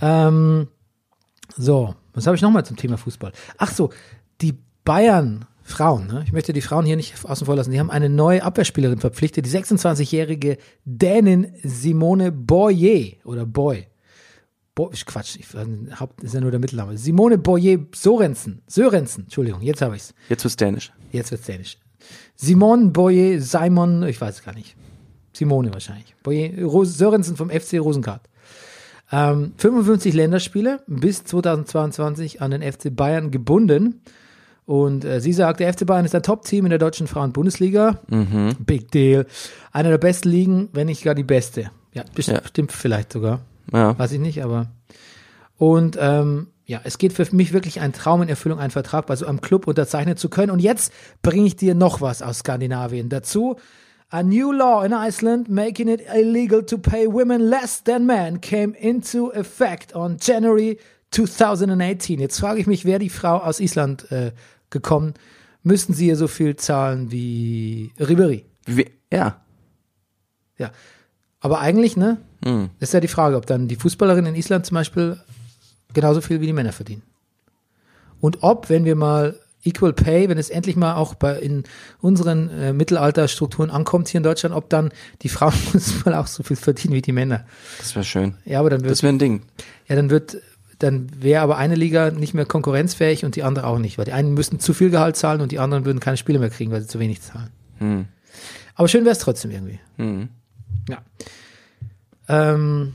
[SPEAKER 1] Ähm, so, was habe ich nochmal zum Thema Fußball? Ach so, die Bayern Frauen, ne? ich möchte die Frauen hier nicht außen vor lassen, die haben eine neue Abwehrspielerin verpflichtet, die 26-jährige Dänin Simone Boyer oder Boy. Bo ich Quatsch, ich, Haupt ist ja nur der Mittelname. Simone Boyer Sorensen, Sörensen, Entschuldigung, jetzt habe ich's.
[SPEAKER 2] Jetzt wird's dänisch.
[SPEAKER 1] Jetzt wird's dänisch. Simon Boyer, Simon, ich weiß es gar nicht. Simone wahrscheinlich. Boyer, Ros- Sörensen vom FC Rosenkart. Ähm, 55 Länderspiele bis 2022 an den FC Bayern gebunden. Und äh, sie sagt, der FC Bayern ist ein Top-Team in der deutschen Frauen-Bundesliga.
[SPEAKER 2] Mhm.
[SPEAKER 1] Big Deal. Einer der besten Ligen, wenn nicht gar die beste. Ja, bestimmt,
[SPEAKER 2] Ja.
[SPEAKER 1] stimmt vielleicht sogar.
[SPEAKER 2] Ja.
[SPEAKER 1] Weiß ich nicht, aber. Und ähm, ja, es geht für mich wirklich ein Traum in Erfüllung, einen Vertrag bei so einem Club unterzeichnen zu können. Und jetzt bringe ich dir noch was aus Skandinavien dazu. A new law in Iceland making it illegal to pay women less than men came into effect on January 2018. Jetzt frage ich mich, wer die Frau aus Island äh, gekommen, müssten sie ihr so viel zahlen wie Ribery.
[SPEAKER 2] Wie, ja.
[SPEAKER 1] Ja. Aber eigentlich, ne? Ist ja die Frage, ob dann die Fußballerinnen in Island zum Beispiel genauso viel wie die Männer verdienen. Und ob, wenn wir mal Equal Pay, wenn es endlich mal auch bei in unseren äh, Mittelalterstrukturen ankommt hier in Deutschland, ob dann die Frauen Fußball auch so viel verdienen wie die Männer.
[SPEAKER 2] Das wäre schön.
[SPEAKER 1] Ja, aber dann
[SPEAKER 2] Das
[SPEAKER 1] wird,
[SPEAKER 2] wäre ein Ding.
[SPEAKER 1] ja, dann wird, dann wäre aber eine Liga nicht mehr konkurrenzfähig und die andere auch nicht, weil die einen müssten zu viel Gehalt zahlen und die anderen würden keine Spiele mehr kriegen, weil sie zu wenig zahlen. Aber schön wäre es trotzdem irgendwie. Ja. Ähm,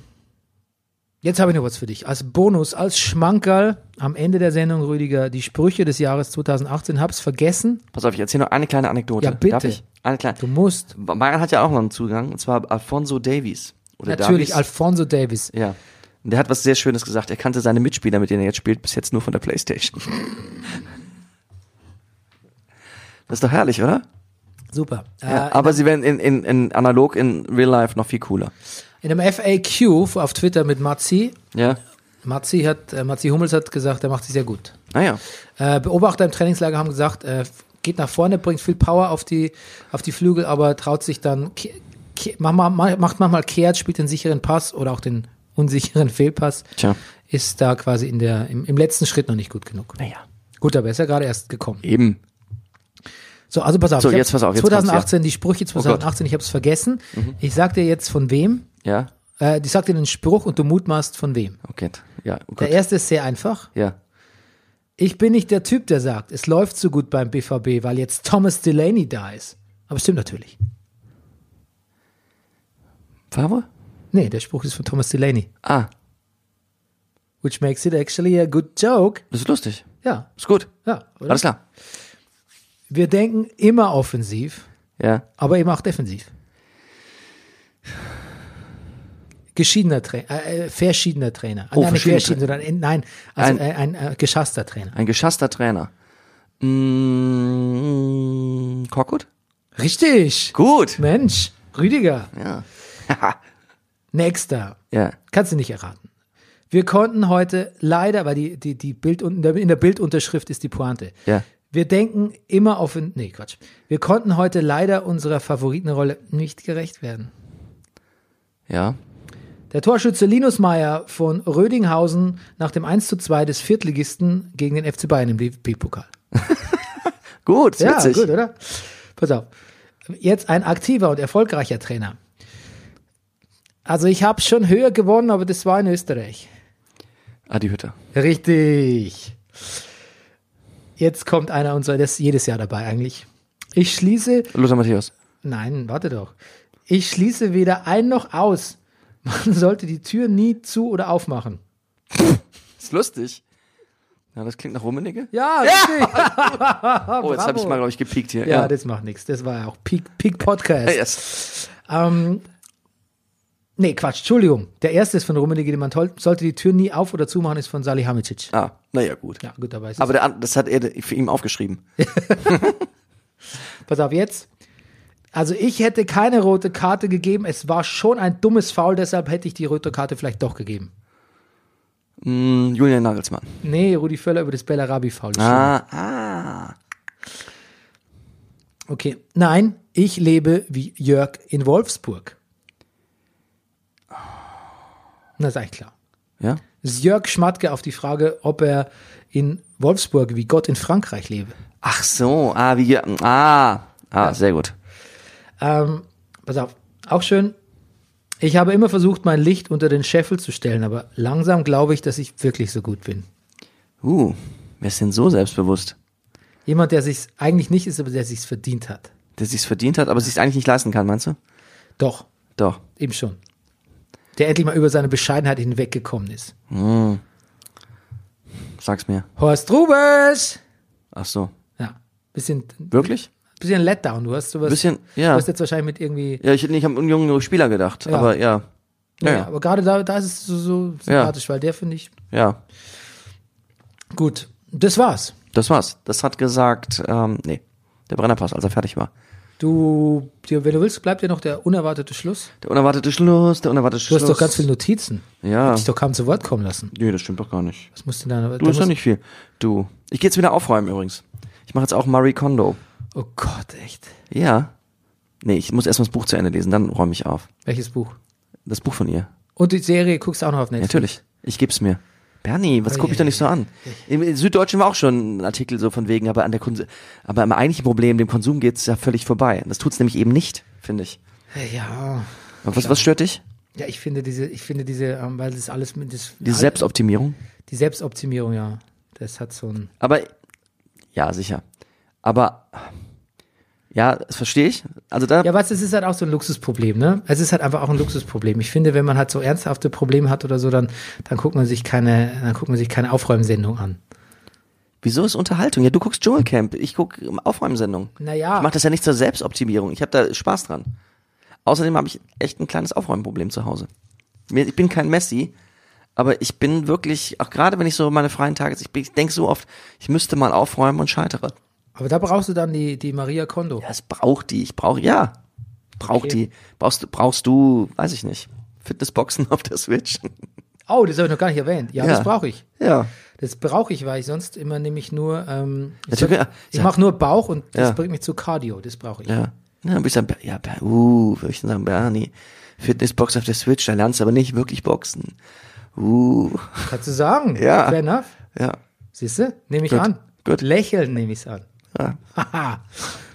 [SPEAKER 1] jetzt habe ich noch was für dich. Als Bonus, als Schmankerl am Ende der Sendung, Rüdiger, die Sprüche des Jahres 2018. Hab's vergessen.
[SPEAKER 2] Pass auf, ich erzähle noch eine kleine Anekdote.
[SPEAKER 1] Ja, bitte.
[SPEAKER 2] Darf ich? Eine kleine.
[SPEAKER 1] Du musst.
[SPEAKER 2] Bayern hat ja auch noch einen Zugang, und zwar Alfonso Davies. Oder
[SPEAKER 1] Natürlich,
[SPEAKER 2] Davies.
[SPEAKER 1] Alfonso Davis.
[SPEAKER 2] Ja. Und der hat was sehr Schönes gesagt. Er kannte seine Mitspieler, mit denen er jetzt spielt, bis jetzt nur von der Playstation. Das ist doch herrlich, oder?
[SPEAKER 1] Super.
[SPEAKER 2] Ja,
[SPEAKER 1] Äh,
[SPEAKER 2] aber sie werden in, in, in analog in real life noch viel cooler.
[SPEAKER 1] in einem FAQ auf Twitter mit Matzi.
[SPEAKER 2] Ja.
[SPEAKER 1] Matzi hat, äh, Matzi Hummels hat gesagt, er macht sich sehr gut.
[SPEAKER 2] Naja.
[SPEAKER 1] Äh, Beobachter im Trainingslager haben gesagt, äh, geht nach vorne, bringt viel Power auf die, auf die Flügel, aber traut sich dann, ke- ke- mach mal- ma- macht manchmal kehrt, spielt den sicheren Pass oder auch den unsicheren Fehlpass.
[SPEAKER 2] Tja.
[SPEAKER 1] Ist da quasi in der, im, im letzten Schritt noch nicht gut genug.
[SPEAKER 2] Naja.
[SPEAKER 1] Gut, aber er ist ja gerade erst gekommen.
[SPEAKER 2] Eben.
[SPEAKER 1] So, also pass auf.
[SPEAKER 2] So,
[SPEAKER 1] ich hab
[SPEAKER 2] jetzt pass auf, jetzt
[SPEAKER 1] 2018, die Sprüche
[SPEAKER 2] Gott. Mhm.
[SPEAKER 1] 2018, ich habe es vergessen. Ich sag dir jetzt von wem.
[SPEAKER 2] Ja.
[SPEAKER 1] Äh, ich sag dir den Spruch und du mutmaßt von wem.
[SPEAKER 2] Okay. Ja. Oh
[SPEAKER 1] Der
[SPEAKER 2] Gott.
[SPEAKER 1] erste ist sehr einfach.
[SPEAKER 2] Ja.
[SPEAKER 1] Ich bin nicht der Typ, der sagt, es läuft so gut beim BVB, weil jetzt Thomas Delaney da ist. Aber stimmt natürlich.
[SPEAKER 2] Farbe?
[SPEAKER 1] Nee, der Spruch ist von Thomas Delaney.
[SPEAKER 2] Ah,
[SPEAKER 1] Which makes it actually a good joke.
[SPEAKER 2] das ist lustig.
[SPEAKER 1] Ja,
[SPEAKER 2] Ist gut.
[SPEAKER 1] ja, oder?
[SPEAKER 2] Alles klar.
[SPEAKER 1] Wir denken immer offensiv,
[SPEAKER 2] Ja.
[SPEAKER 1] aber eben auch defensiv. Geschiedener Trainer, äh, äh, verschiedener Trainer.
[SPEAKER 2] Oh,
[SPEAKER 1] nein, nicht
[SPEAKER 2] verschiedene
[SPEAKER 1] verschieden, sondern in, nein, also
[SPEAKER 2] Ein-
[SPEAKER 1] äh, ein äh, geschasster Trainer.
[SPEAKER 2] Ein geschasster Trainer. Mm, Korkut?
[SPEAKER 1] Richtig.
[SPEAKER 2] Gut.
[SPEAKER 1] Mensch, Rüdiger,
[SPEAKER 2] Ja.
[SPEAKER 1] nächster.
[SPEAKER 2] Ja.
[SPEAKER 1] Kannst du nicht erraten. Wir konnten heute leider, weil die, die, die Bild in der, in der Bildunterschrift ist die Pointe.
[SPEAKER 2] Ja.
[SPEAKER 1] Wir denken immer auf, nee, Quatsch. Wir konnten heute leider unserer Favoritenrolle nicht gerecht werden.
[SPEAKER 2] Ja.
[SPEAKER 1] Der Torschütze Linus Meyer von Rödinghausen nach dem 1 zu 2 des Viertligisten gegen den FC Bayern im DFB-Pokal.
[SPEAKER 2] Gut,
[SPEAKER 1] Ja,
[SPEAKER 2] witzig.
[SPEAKER 1] gut, oder? Pass auf. Jetzt ein aktiver und erfolgreicher Trainer. Also ich habe schon höher gewonnen, aber das war in Österreich.
[SPEAKER 2] Adi Hütter.
[SPEAKER 1] Richtig. Jetzt kommt einer unserer, das ist jedes Jahr dabei eigentlich. Ich schließe
[SPEAKER 2] Lothar Matthäus.
[SPEAKER 1] Nein, warte doch. Ich schließe weder ein noch aus. Man sollte die Tür nie zu oder aufmachen.
[SPEAKER 2] Ist lustig. Ja, das klingt nach Rummenigge.
[SPEAKER 1] Ja, richtig.
[SPEAKER 2] oh, jetzt habe ich mal, glaube ich, gepiekt hier.
[SPEAKER 1] Ah, Ja, das macht nichts. Das war ja auch Peak, Peak Podcast.
[SPEAKER 2] Hey, yes.
[SPEAKER 1] Ähm, nee, Quatsch, Entschuldigung. Der erste ist von Rummenigge, den man toll, sollte die Tür nie auf oder zumachen, ist von Salihamidzic.
[SPEAKER 2] Ah, naja, gut.
[SPEAKER 1] Ja, gut, dabei ist
[SPEAKER 2] Aber der, an- das hat er für ihn aufgeschrieben.
[SPEAKER 1] es. Pass auf, jetzt. Also ich hätte keine rote Karte gegeben. Es war schon ein dummes Foul, deshalb hätte ich die rote Karte vielleicht doch gegeben.
[SPEAKER 2] Hm, Julian Nagelsmann.
[SPEAKER 1] Nee, Rudi Völler über das Bellarabi-Foul.
[SPEAKER 2] Ah, ah.
[SPEAKER 1] Okay. Nein, ich lebe wie Jörg in Wolfsburg. Na, ist eigentlich klar.
[SPEAKER 2] Ja?
[SPEAKER 1] Das ist Jörg Schmatke auf die Frage, ob er in Wolfsburg wie Gott in Frankreich lebe.
[SPEAKER 2] Ach so, ah, wie, ah, ah, sehr gut.
[SPEAKER 1] Ähm, pass auf, auch schön. Ich habe immer versucht, mein Licht unter den Scheffel zu stellen, aber langsam glaube ich, dass ich wirklich so gut bin.
[SPEAKER 2] Uh, wer ist denn so selbstbewusst?
[SPEAKER 1] Jemand, der sich eigentlich nicht ist, aber der sich's verdient hat.
[SPEAKER 2] Der sich's verdient hat, aber sich's eigentlich nicht leisten kann, meinst du?
[SPEAKER 1] Doch,
[SPEAKER 2] Doch.
[SPEAKER 1] eben schon. Der endlich mal über seine Bescheidenheit hinweggekommen ist.
[SPEAKER 2] Sag's mir.
[SPEAKER 1] Horst Rubesch!
[SPEAKER 2] Ach so.
[SPEAKER 1] Ja, bisschen
[SPEAKER 2] Wirklich?
[SPEAKER 1] bisschen Letdown. Du hast sowas.
[SPEAKER 2] Bisschen, ja.
[SPEAKER 1] Du hast jetzt wahrscheinlich mit irgendwie.
[SPEAKER 2] Ja, ich hätte nicht an einen jungen Spieler gedacht, aber ja. Ja,
[SPEAKER 1] Naja,
[SPEAKER 2] ja.
[SPEAKER 1] aber gerade da, da ist es so, so sympathisch, weil der finde ich.
[SPEAKER 2] ja.
[SPEAKER 1] Gut, das war's.
[SPEAKER 2] Das war's. Das hat gesagt, ähm, nee, der Brennerpass, als er fertig war.
[SPEAKER 1] Du, dir, wenn du willst, bleibt dir noch der unerwartete Schluss.
[SPEAKER 2] Der unerwartete Schluss, der unerwartete
[SPEAKER 1] Du
[SPEAKER 2] Schluss.
[SPEAKER 1] hast doch ganz viele Notizen.
[SPEAKER 2] Ja.
[SPEAKER 1] Hab dich doch kaum zu Wort kommen lassen.
[SPEAKER 2] Nee, das stimmt doch gar nicht.
[SPEAKER 1] Was musst du denn da?
[SPEAKER 2] Du hast doch nicht viel. Du. Ich gehe jetzt wieder aufräumen übrigens. Ich mache jetzt auch Marie Kondo.
[SPEAKER 1] Oh Gott, echt.
[SPEAKER 2] Ja. Nee, ich muss erstmal das Buch zu Ende lesen, dann räume ich auf.
[SPEAKER 1] Welches Buch?
[SPEAKER 2] Das Buch von ihr.
[SPEAKER 1] Und die Serie guckst du auch noch auf Netflix.
[SPEAKER 2] Natürlich. Ich geb's mir. Bernie, was gucke ich doch nicht so an? Im Süddeutschen war auch schon ein Artikel so von wegen, aber an der Konsum, aber am eigentlichen Problem, dem Konsum geht's ja völlig vorbei. Und Das tut's nämlich eben nicht, finde ich.
[SPEAKER 1] Äh, Ja.
[SPEAKER 2] Und was, was stört dich?
[SPEAKER 1] Ja, ich finde diese, ich finde diese, ähm, weil das alles mit das,
[SPEAKER 2] Diese Selbstoptimierung?
[SPEAKER 1] die Selbstoptimierung, ja. Das hat so ein.
[SPEAKER 2] Aber ja, sicher. Aber ja, das verstehe ich. Also da
[SPEAKER 1] Ja, was, es ist halt auch so ein Luxusproblem, ne? Es ist halt einfach auch ein Luxusproblem. Ich finde, wenn man halt so ernsthafte Probleme hat oder so, dann, dann guckt man sich keine, dann guckt man sich keine Aufräumsendung an.
[SPEAKER 2] Wieso ist Unterhaltung? Ja, du guckst Dschungelcamp, ich guck ähm, Aufräumsendungen.
[SPEAKER 1] Naja.
[SPEAKER 2] Ich mache das ja nicht zur Selbstoptimierung. Ich habe da Spaß dran. Außerdem habe ich echt ein kleines Aufräumproblem zu Hause. Mir- Ich bin kein Messi, aber ich bin wirklich, auch gerade wenn ich so meine freien Tage, ich, bin- ich denke so oft, ich müsste mal aufräumen und scheitere.
[SPEAKER 1] Aber da brauchst du dann die, die Maria Kondo.
[SPEAKER 2] Ja, es braucht die, ich brauche, ja, braucht die. Brauchst, du- brauchst du, weiß ich nicht, Fitnessboxen auf der Switch?
[SPEAKER 1] Oh, das habe ich noch gar nicht erwähnt. Ja,
[SPEAKER 2] Ja.
[SPEAKER 1] das brauche ich.
[SPEAKER 2] Ja,
[SPEAKER 1] Das brauche ich, weil ich sonst immer nämlich nur, ähm, ich,
[SPEAKER 2] Natürlich,
[SPEAKER 1] sag-
[SPEAKER 2] ja.
[SPEAKER 1] ich mache nur Bauch und das
[SPEAKER 2] Ja.
[SPEAKER 1] bringt mich zu Cardio. Das brauche ich.
[SPEAKER 2] ja. Ja, würde ich sagen, Ber- ja, Ber- uh, würde ich dann sagen, Bernie, Fitnessbox auf der Switch, da lernst du aber nicht wirklich boxen. Uh,
[SPEAKER 1] Kannst du sagen?
[SPEAKER 2] Ja.
[SPEAKER 1] Fair enough.
[SPEAKER 2] ja,
[SPEAKER 1] Siehst du? Nehme ich
[SPEAKER 2] Gut.
[SPEAKER 1] an.
[SPEAKER 2] Gut.
[SPEAKER 1] Lächeln nehme ich an.
[SPEAKER 2] ja.
[SPEAKER 1] Haha.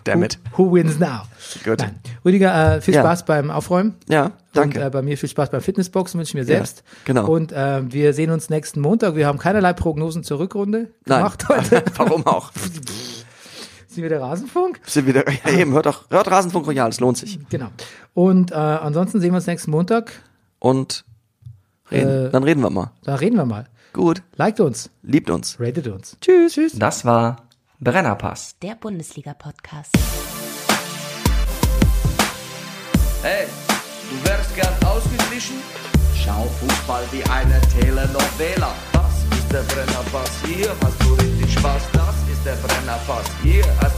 [SPEAKER 2] Damn it.
[SPEAKER 1] Who, who wins now?
[SPEAKER 2] Gut.
[SPEAKER 1] Nein. Rüdiger, äh, viel
[SPEAKER 2] Ja.
[SPEAKER 1] Spaß beim Aufräumen.
[SPEAKER 2] Ja, danke.
[SPEAKER 1] Und, äh, bei mir viel Spaß beim Fitnessboxen wünsche ich mir selbst.
[SPEAKER 2] genau.
[SPEAKER 1] Und äh, wir sehen uns nächsten Montag. Wir haben keinerlei Prognosen zur Rückrunde
[SPEAKER 2] Nein.
[SPEAKER 1] gemacht heute.
[SPEAKER 2] Warum auch?
[SPEAKER 1] Sind wir der Rasenfunk?
[SPEAKER 2] Sind wieder, ja, eben, hört doch, hört Rasenfunk Royal, es lohnt sich.
[SPEAKER 1] Genau. Und äh, ansonsten sehen wir uns nächsten Montag.
[SPEAKER 2] Und reden,
[SPEAKER 1] Äh,
[SPEAKER 2] dann reden wir mal.
[SPEAKER 1] Da reden wir mal.
[SPEAKER 2] Gut,
[SPEAKER 1] Liked uns,
[SPEAKER 2] liebt uns.
[SPEAKER 1] ratet uns.
[SPEAKER 3] Tschüss, tschüss. Das war Brennerpass.
[SPEAKER 4] Der Bundesliga-Podcast.
[SPEAKER 5] Hey, du wärst gern ausgeglichen? Schau Fußball wie eine Telenovela. Das ist der Brennerpass, hier hast du richtig Spaß. Das ist der Brennerpass, hier hast